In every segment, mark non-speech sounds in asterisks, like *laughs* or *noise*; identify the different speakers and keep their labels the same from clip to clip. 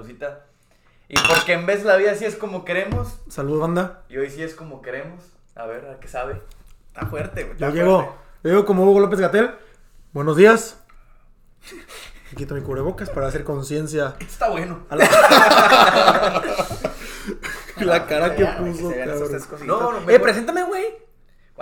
Speaker 1: Salucita. Y porque en vez la vida sí es como queremos,
Speaker 2: Salud, banda.
Speaker 1: y hoy sí es como queremos. A ver, ¿a qué sabe? Está fuerte, güey.
Speaker 2: Yo
Speaker 1: está
Speaker 2: llego,
Speaker 1: fuerte.
Speaker 2: yo llego como Hugo López Gatel. Buenos días. Me quito mi cubrebocas para hacer conciencia.
Speaker 1: Está bueno.
Speaker 2: a La... *laughs* la cara que
Speaker 3: Ya, güey,
Speaker 2: puso,
Speaker 3: se vean esas tres
Speaker 2: cabrón.
Speaker 3: cositas.
Speaker 1: No, no,
Speaker 2: Eh, preséntame, güey.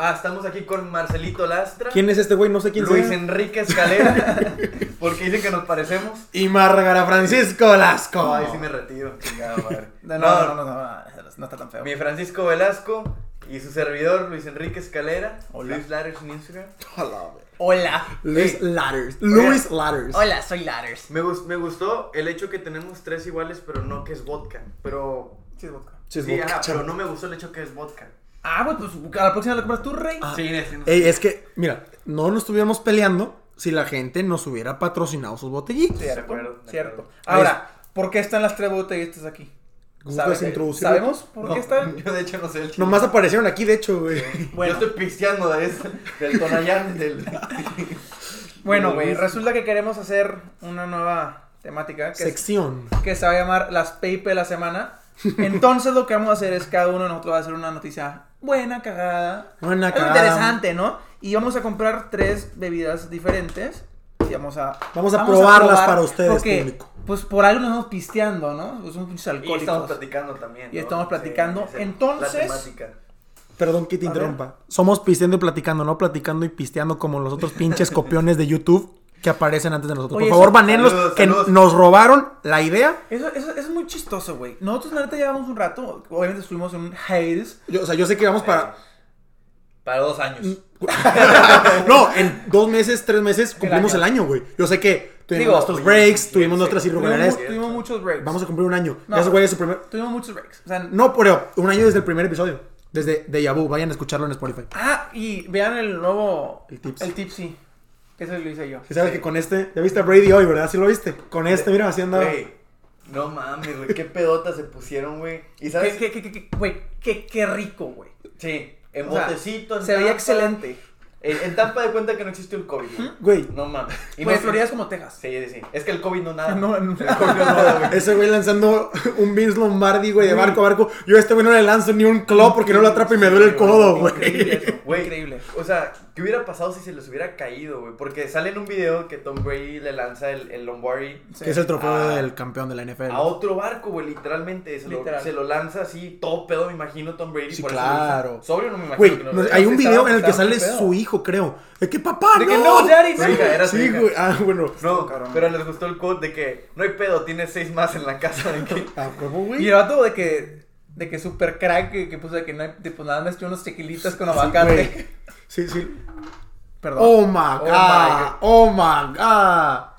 Speaker 1: Ah, estamos aquí con Marcelito Lastra.
Speaker 2: ¿Quién es este güey? No sé quién
Speaker 1: Luis
Speaker 2: sea.
Speaker 1: Enrique Escalera. porque dicen que nos parecemos.
Speaker 2: Y Márgara Francisco Lasco.
Speaker 1: Ay, sí me retiro. chingada madre.
Speaker 3: No, no, no, no, no, no está tan feo.
Speaker 1: Mi Francisco Velasco y su servidor Luis Enrique Escalera.
Speaker 3: Hola.
Speaker 1: Luis Lares en Instagram.
Speaker 3: Hola.
Speaker 2: Luis Ladders. Luis Ladders.
Speaker 3: Hola, soy Ladders.
Speaker 1: Me, gus- me gustó el hecho que tenemos tres iguales, pero no que es vodka. Pero.
Speaker 3: Sí, es vodka.
Speaker 2: Sí, es
Speaker 1: sí,
Speaker 2: vodka,
Speaker 1: ajá,
Speaker 2: chavo.
Speaker 1: pero no me gustó el hecho que es vodka.
Speaker 3: Ah, güey, pues a la próxima la compras tú, rey.
Speaker 2: Ah.
Speaker 1: Sí, sí,
Speaker 3: eh,
Speaker 1: no sé.
Speaker 2: Ey, es que, mira, no nos estuviéramos peleando si la gente nos hubiera patrocinado sus botellitas.
Speaker 1: de acuerdo, de
Speaker 3: Cierto.
Speaker 1: acuerdo.
Speaker 3: Ahora, ¿por qué están las tres botellitas aquí?
Speaker 2: ¿Cómo
Speaker 3: ¿Sabe-
Speaker 2: puedes introducirlo?
Speaker 3: ¿Sabemos por
Speaker 2: No.
Speaker 3: qué están? *laughs*
Speaker 1: Yo de hecho no sé el chiste.
Speaker 2: Nomás aparecieron aquí, de hecho, güey.
Speaker 3: Bueno,
Speaker 1: Yo estoy pisteando de eso, del
Speaker 3: *laughs*
Speaker 1: Tonayán, del...
Speaker 3: bueno, güey, resulta que queremos hacer una nueva temática que, es-
Speaker 2: Sección.
Speaker 3: que se va a llamar las PIP de la *laughs* semana. Entonces lo que vamos a hacer es cada uno de nosotros va a hacer una noticia buena, cagada,
Speaker 2: Buena
Speaker 3: algo
Speaker 2: cagada.
Speaker 3: interesante, ¿no? Y vamos a comprar tres bebidas diferentes y vamos a...
Speaker 2: Vamos a probarlas
Speaker 3: probar
Speaker 2: para ustedes,
Speaker 3: porque,
Speaker 2: público.
Speaker 3: Pues por algo nos estamos pisteando, ¿no? Pues somos pinches
Speaker 1: Y estamos
Speaker 3: alcohólicos.
Speaker 1: platicando también.
Speaker 3: Y estamos platicando.
Speaker 1: esa es
Speaker 3: Entonces-
Speaker 1: La temática.
Speaker 2: Perdón que te
Speaker 3: A ver.
Speaker 2: interrumpa. Somos pisteando y platicando, no platicando y pisteando como los otros pinches copiones de YouTube que aparecen antes de nosotros.
Speaker 3: Oye,
Speaker 2: Por favor,
Speaker 3: eso-
Speaker 2: banenlos
Speaker 1: Saludos,
Speaker 2: que
Speaker 1: saludos.
Speaker 2: nos robaron la idea.
Speaker 3: Eso, eso- eso es muy chistoso, güey. Nosotros, la neta, llevamos un rato. Obviamente estuvimos en un hiatus.
Speaker 2: Yo- o sea, yo sé que vamos para.
Speaker 1: Para dos años.
Speaker 2: No, en dos meses, tres meses cumplimos el
Speaker 3: año.
Speaker 2: año, güey. Yo sé que tuvimos
Speaker 3: Digo,
Speaker 2: nuestros
Speaker 1: oye,
Speaker 2: breaks,
Speaker 1: sí,
Speaker 2: tuvimos
Speaker 1: sí,
Speaker 2: nuestras
Speaker 1: sí,
Speaker 3: Tuvimos,
Speaker 2: irregularidades.
Speaker 3: mu- tuvimos muchos breaks.
Speaker 2: Vamos a cumplir un año.
Speaker 3: No.
Speaker 2: Ese güey es su primer.
Speaker 3: Tuvimos muchos breaks. O sea,
Speaker 2: No, pero un año desde el primer episodio. Desde Deja Vu. Vayan a escucharlo en Spotify.
Speaker 3: Ah, y vean el nuevo.
Speaker 2: El Tipsy.
Speaker 3: El tipsy. Que ese lo hice yo.
Speaker 2: Sí, sabes que con este. Ya viste a Brady hoy, ¿verdad? Sí lo viste. Con este, mira, haciendo.
Speaker 1: Güey, no mames, güey, qué pedota se pusieron, güey. ¿Y sabes?
Speaker 3: Qué- qué- qué- qué- qué- Güey, qué, qué rico, güey.
Speaker 1: Sí, en
Speaker 3: O sea,
Speaker 1: botecito. en
Speaker 3: Se veía
Speaker 1: tapa.
Speaker 3: excelente.
Speaker 1: En, en Tampa de cuenta que no existió el COVID, güey.
Speaker 2: Güey,
Speaker 1: No mames.
Speaker 3: Y
Speaker 1: no-
Speaker 3: Florida es como Texas.
Speaker 1: Sí, sí, sí. Es que el COVID no nada.
Speaker 3: *laughs* No, no.
Speaker 1: El COVID no nada, güey.
Speaker 2: Ese güey lanzando un Vince Lombardi, güey, de barco a barco. Yo a este güey no le lanzo ni un club porque no lo atrapa y me duele el codo,
Speaker 3: Increíble
Speaker 2: güey.
Speaker 3: eso,
Speaker 1: Güey,
Speaker 3: Increíble.
Speaker 1: O sea, ¿qué hubiera pasado si se les hubiera caído, güey? Porque sale en un video que Tom Brady le lanza el, el Lombardi
Speaker 3: Sí.
Speaker 2: Que es el trofeo
Speaker 1: Ah.
Speaker 2: del campeón de la NFL.
Speaker 1: a otro barco, güey, literalmente. Se, Lo,
Speaker 3: Literal.
Speaker 1: se lo lanza así, todo pedo, me imagino, Tom Brady.
Speaker 2: Sí,
Speaker 1: por eso lo hizo.
Speaker 2: claro.
Speaker 1: Sobrio no me imagino.
Speaker 2: Güey,
Speaker 1: que no
Speaker 2: no-
Speaker 1: lo
Speaker 2: hay
Speaker 1: hizo.
Speaker 2: un
Speaker 3: estaba-
Speaker 2: video en el que
Speaker 3: estaba
Speaker 2: sale
Speaker 3: muy pedo.
Speaker 2: su hijo, creo. De que papá,
Speaker 3: De
Speaker 2: no.
Speaker 3: que no, daddy,
Speaker 1: Su hija, era su
Speaker 2: sí,
Speaker 1: hija.
Speaker 2: güey. Ah, bueno.
Speaker 1: No,
Speaker 3: Cabrón.
Speaker 1: pero les gustó el quote de que no hay pedo, tienes seis más en la casa. De que...
Speaker 2: Ah, huevo,
Speaker 3: Y
Speaker 2: güey.
Speaker 3: el vato de que. De que super crack. Que, que puso de que no hay. de, pues nada más que unos tequilitas con aguacate.
Speaker 2: güey. Sí, sí.
Speaker 3: *laughs* Perdón.
Speaker 2: Oh my god. Oh my god.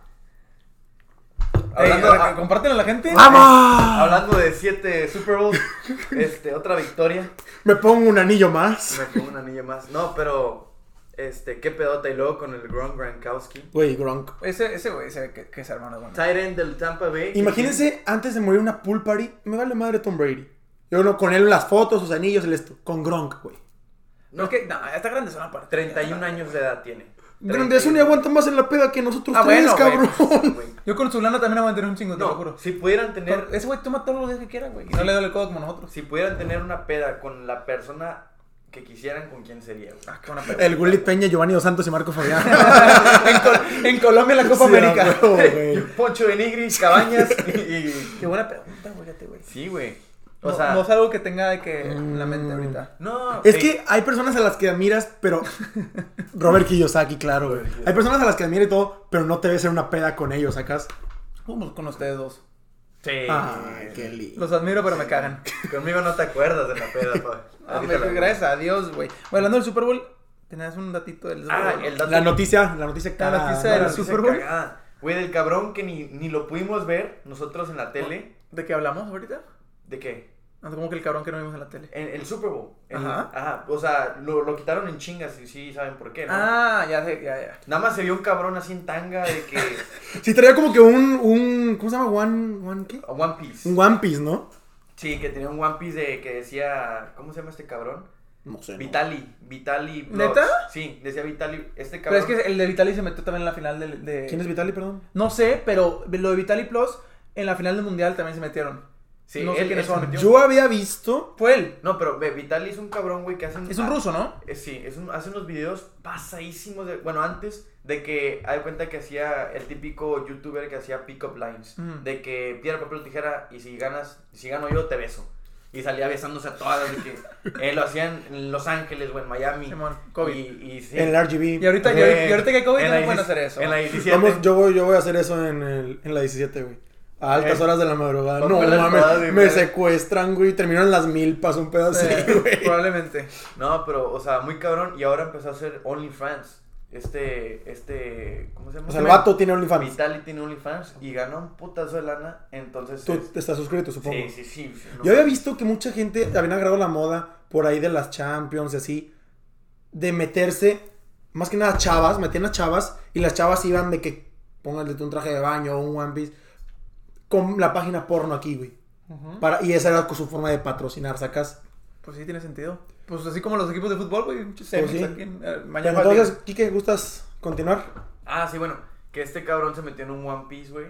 Speaker 3: Ey,
Speaker 1: Hablando-
Speaker 3: re- compártelo a la gente.
Speaker 2: ¡Vamos!
Speaker 1: Hablando de siete Super Bowls,
Speaker 2: *laughs*
Speaker 1: este, otra victoria.
Speaker 2: Me pongo un anillo más.
Speaker 1: Me pongo un anillo más. No, pero, este, qué pedota. Y luego con el Gron Gronkowski.
Speaker 2: Güey, Gronk.
Speaker 3: Ese, ese güey, ese que, que es hermano es bueno.
Speaker 1: Tight end del Tampa Bay.
Speaker 2: Imagínense antes de morir una pool party. Me vale madre Tom Brady. Yo no con él las fotos, sus anillos, el esto. Con Gronk, güey.
Speaker 3: No, es que, no, está grande son aparte.
Speaker 1: 31 años de edad tiene.
Speaker 2: Grande, eso ni
Speaker 1: 31.
Speaker 2: aguanta más en la peda que nosotros
Speaker 3: Ah,
Speaker 2: tres,
Speaker 3: bueno, güey, *laughs*
Speaker 2: cabrón.
Speaker 1: Güey.
Speaker 3: Yo con su lana también aguantaría un chingo, te lo
Speaker 1: No,
Speaker 3: juro.
Speaker 1: si pudieran tener,
Speaker 3: Con- Ese güey toma todos los días que quiera, güey. Y no le duele el codo como nosotros.
Speaker 1: si pudieran tener una peda con la persona que quisieran, ¿con quién sería? güey? *laughs*
Speaker 3: Ah, qué buena pregunta.
Speaker 2: El Willy Peña, Giovanni Dos Santos y Marco Fabián.
Speaker 3: *laughs* en, Col- en Colombia la Copa
Speaker 2: Sí,
Speaker 3: América.
Speaker 2: a huevo,
Speaker 3: *laughs*
Speaker 2: güey.
Speaker 1: Poncho de Nigris, Cabañas y... y-
Speaker 3: Qué buena pregunta, güey, fíjate, güey.
Speaker 1: Sí, güey. O
Speaker 3: No,
Speaker 1: sea...
Speaker 3: no es algo que tenga de que en la mente
Speaker 2: Mm.
Speaker 3: ahorita.
Speaker 1: No,
Speaker 2: Es
Speaker 1: ey,
Speaker 2: que hay personas a las que admiras,
Speaker 3: *laughs*
Speaker 2: pero. Robert Kiyosaki, claro, güey.
Speaker 1: Robert Kiyosaki.
Speaker 2: Hay personas a las que admiras y todo, pero no te ves en una peda con ellos, ¿sacas?
Speaker 3: Vamos con ustedes dos.
Speaker 1: Sí.
Speaker 3: Ah,
Speaker 2: Ay, qué lindo.
Speaker 3: Los admiro, pero me cagan.
Speaker 1: Conmigo no te acuerdas de la peda, pa.
Speaker 3: Ah,
Speaker 1: Ahorita
Speaker 3: me-
Speaker 1: la-
Speaker 3: gracias a Dios, güey. Bueno, hablando del Super Bowl, tenías un datito del Super
Speaker 1: Ah,
Speaker 3: Bowl.
Speaker 1: el dato.
Speaker 2: La noticia, la noticia
Speaker 3: La
Speaker 2: cara-
Speaker 3: noticia del
Speaker 1: la
Speaker 2: la-
Speaker 1: noticia
Speaker 3: Super Bowl.
Speaker 1: cagada. Güey, del cabrón que ni, ni lo pudimos ver nosotros en la tele.
Speaker 3: ¿De qué hablamos ahorita?
Speaker 1: ¿De qué?
Speaker 3: No, como que el cabrón que no vimos en la tele.
Speaker 1: En, el Super Bowl. El-
Speaker 3: Ajá.
Speaker 1: O sea, lo, lo quitaron en chingas y sí saben por qué, ¿no?
Speaker 3: Ah, ya sé, ya, ya.
Speaker 1: Nada más se vio un cabrón así en tanga de
Speaker 3: *laughs*
Speaker 1: que.
Speaker 2: Sí, traía como que un. un ¿Cómo se llama? One, one ¿qué?
Speaker 1: One Piece.
Speaker 2: Un One Piece, ¿no?
Speaker 1: Sí, que tenía un One Piece de que decía. ¿Cómo se llama este cabrón?
Speaker 2: No sé. no.
Speaker 1: Vitali. Vitali. Blocks.
Speaker 3: ¿Neta?
Speaker 1: Sí, decía Vitali. Este
Speaker 3: Pero
Speaker 1: cabrón.
Speaker 3: es que el de Vitali se metió también en la final del- de...
Speaker 2: ¿Quién es Vitali, perdón?
Speaker 3: No sé, pero lo de Vitali Plus en la final del mundial también se metieron.
Speaker 1: Sí,
Speaker 3: no sé
Speaker 1: él-
Speaker 3: quiénes
Speaker 1: él se
Speaker 3: son.
Speaker 1: metió.
Speaker 2: Yo había visto.
Speaker 3: Fue él.
Speaker 1: No, pero ve, Vitaly es un cabrón, güey, que hace un...
Speaker 3: Es un ruso, ¿no?
Speaker 1: Eh, Sí, es un- hace unos videos pasadísimos. De, bueno, antes de que hay cuenta que hacía el típico youtuber que hacía pick-up lines.
Speaker 3: Ujú.
Speaker 1: De que piedra, papel o tijera y si ganas, si gano yo, te beso. Y salía besándose a todas. De que,
Speaker 3: *laughs*
Speaker 1: eh, lo hacían en Los Ángeles o en Miami.
Speaker 3: Simón, COVID.
Speaker 1: Y, y sí.
Speaker 2: En el RGB.
Speaker 3: Y ahorita, y ahorita- y ahorita que hay COVID
Speaker 1: En
Speaker 3: ya
Speaker 1: la
Speaker 3: no pueden
Speaker 1: 17
Speaker 3: hacer eso.
Speaker 1: En la 17.
Speaker 2: Vamos, yo, voy, yo voy a hacer eso en, el- en la 17, güey. A altas
Speaker 1: Eh.
Speaker 2: horas de la madrugada.
Speaker 1: Con
Speaker 2: No,
Speaker 1: pelas rodadas y
Speaker 2: mames. Me
Speaker 1: pedas.
Speaker 2: secuestran, güey. Terminaron las milpas, un pedazo.
Speaker 3: Eh,
Speaker 2: así, güey.
Speaker 3: probablemente.
Speaker 1: No, pero, o sea, muy cabrón. Y ahora empezó a hacer OnlyFans. Este, este, ¿cómo se llama?
Speaker 2: O sea, el vato tiene OnlyFans.
Speaker 1: Vitaly tiene OnlyFans y ganó un putazo de lana, entonces...
Speaker 2: Tú
Speaker 1: es-
Speaker 2: estás suscrito, supongo.
Speaker 1: Sí, sí, sí. sí, no.
Speaker 2: Yo había visto que mucha gente había agarrado la moda por ahí de las Champions y así, de meterse, más que nada chavas, metían a chavas y las chavas iban de que pónganle tú un traje de baño o un One Piece con la página porno aquí, güey. Para, y esa era su forma de patrocinar, sacas.
Speaker 3: Pues sí, tiene sentido. Pues así como los equipos de fútbol, güey. Muchos se
Speaker 2: Pues sí.
Speaker 3: aquí en- eh,
Speaker 2: Pero
Speaker 3: mañana.
Speaker 2: entonces, Kike, ¿gustas continuar?
Speaker 1: Ah, sí, bueno, que este cabrón se metió en un One Piece, güey.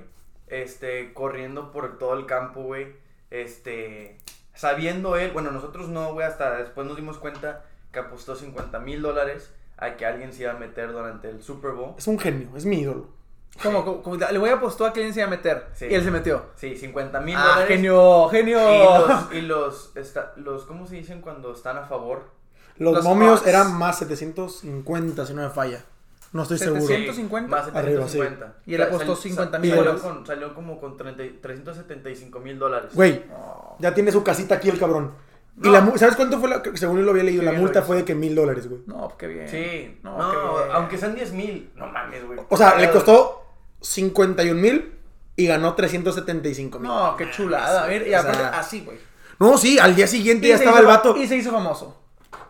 Speaker 1: Este, corriendo por todo el campo, güey. Este, sabiendo él, bueno, nosotros no, güey, hasta después nos dimos cuenta que apostó 50 mil dólares a que alguien se iba a meter durante el Super Bowl.
Speaker 2: Es un genio, es mi ídolo.
Speaker 3: Como, como- como- le voy a apostar a que alguien se iba a meter.
Speaker 1: Sí.
Speaker 3: Y él se metió.
Speaker 1: Sí, 50 mil
Speaker 3: Ah,
Speaker 1: dólares.
Speaker 3: genio, genio.
Speaker 1: Y los, y los, esta- los, ¿cómo se dicen cuando están a favor?
Speaker 2: Los,
Speaker 3: Los
Speaker 2: momios
Speaker 3: Hawks.
Speaker 2: eran más 750, si no me falla. No estoy seguro.
Speaker 3: 700. 150.
Speaker 1: Más
Speaker 2: Arriba, sí.
Speaker 1: 750.
Speaker 3: Y él
Speaker 1: Sa-
Speaker 3: apostó
Speaker 1: sal-
Speaker 3: 50
Speaker 1: sal-
Speaker 3: mil
Speaker 1: salió
Speaker 3: dólares.
Speaker 1: con- Salió como con 30 375 mil dólares.
Speaker 2: Güey,
Speaker 3: No.
Speaker 2: Ya tiene su casita aquí el cabrón.
Speaker 3: No.
Speaker 2: Y la mu- ¿Sabes cuánto fue la que según yo lo había leído?
Speaker 1: Sí,
Speaker 2: la
Speaker 1: lo
Speaker 2: multa
Speaker 1: hice.
Speaker 2: fue de que mil dólares, güey.
Speaker 3: No, pues qué bien.
Speaker 1: Sí, no,
Speaker 3: qué bien.
Speaker 1: aunque sean 10 mil, no mames, güey.
Speaker 2: O sea, le costó 51 mil y ganó 375 mil.
Speaker 3: No, qué chulada. A ver, y
Speaker 2: o
Speaker 3: aparte,
Speaker 2: sea,
Speaker 3: así, güey.
Speaker 2: No, sí, al día siguiente
Speaker 3: Y
Speaker 2: ya
Speaker 3: se
Speaker 2: estaba el
Speaker 3: hizo-
Speaker 2: vato.
Speaker 3: Y se hizo famoso.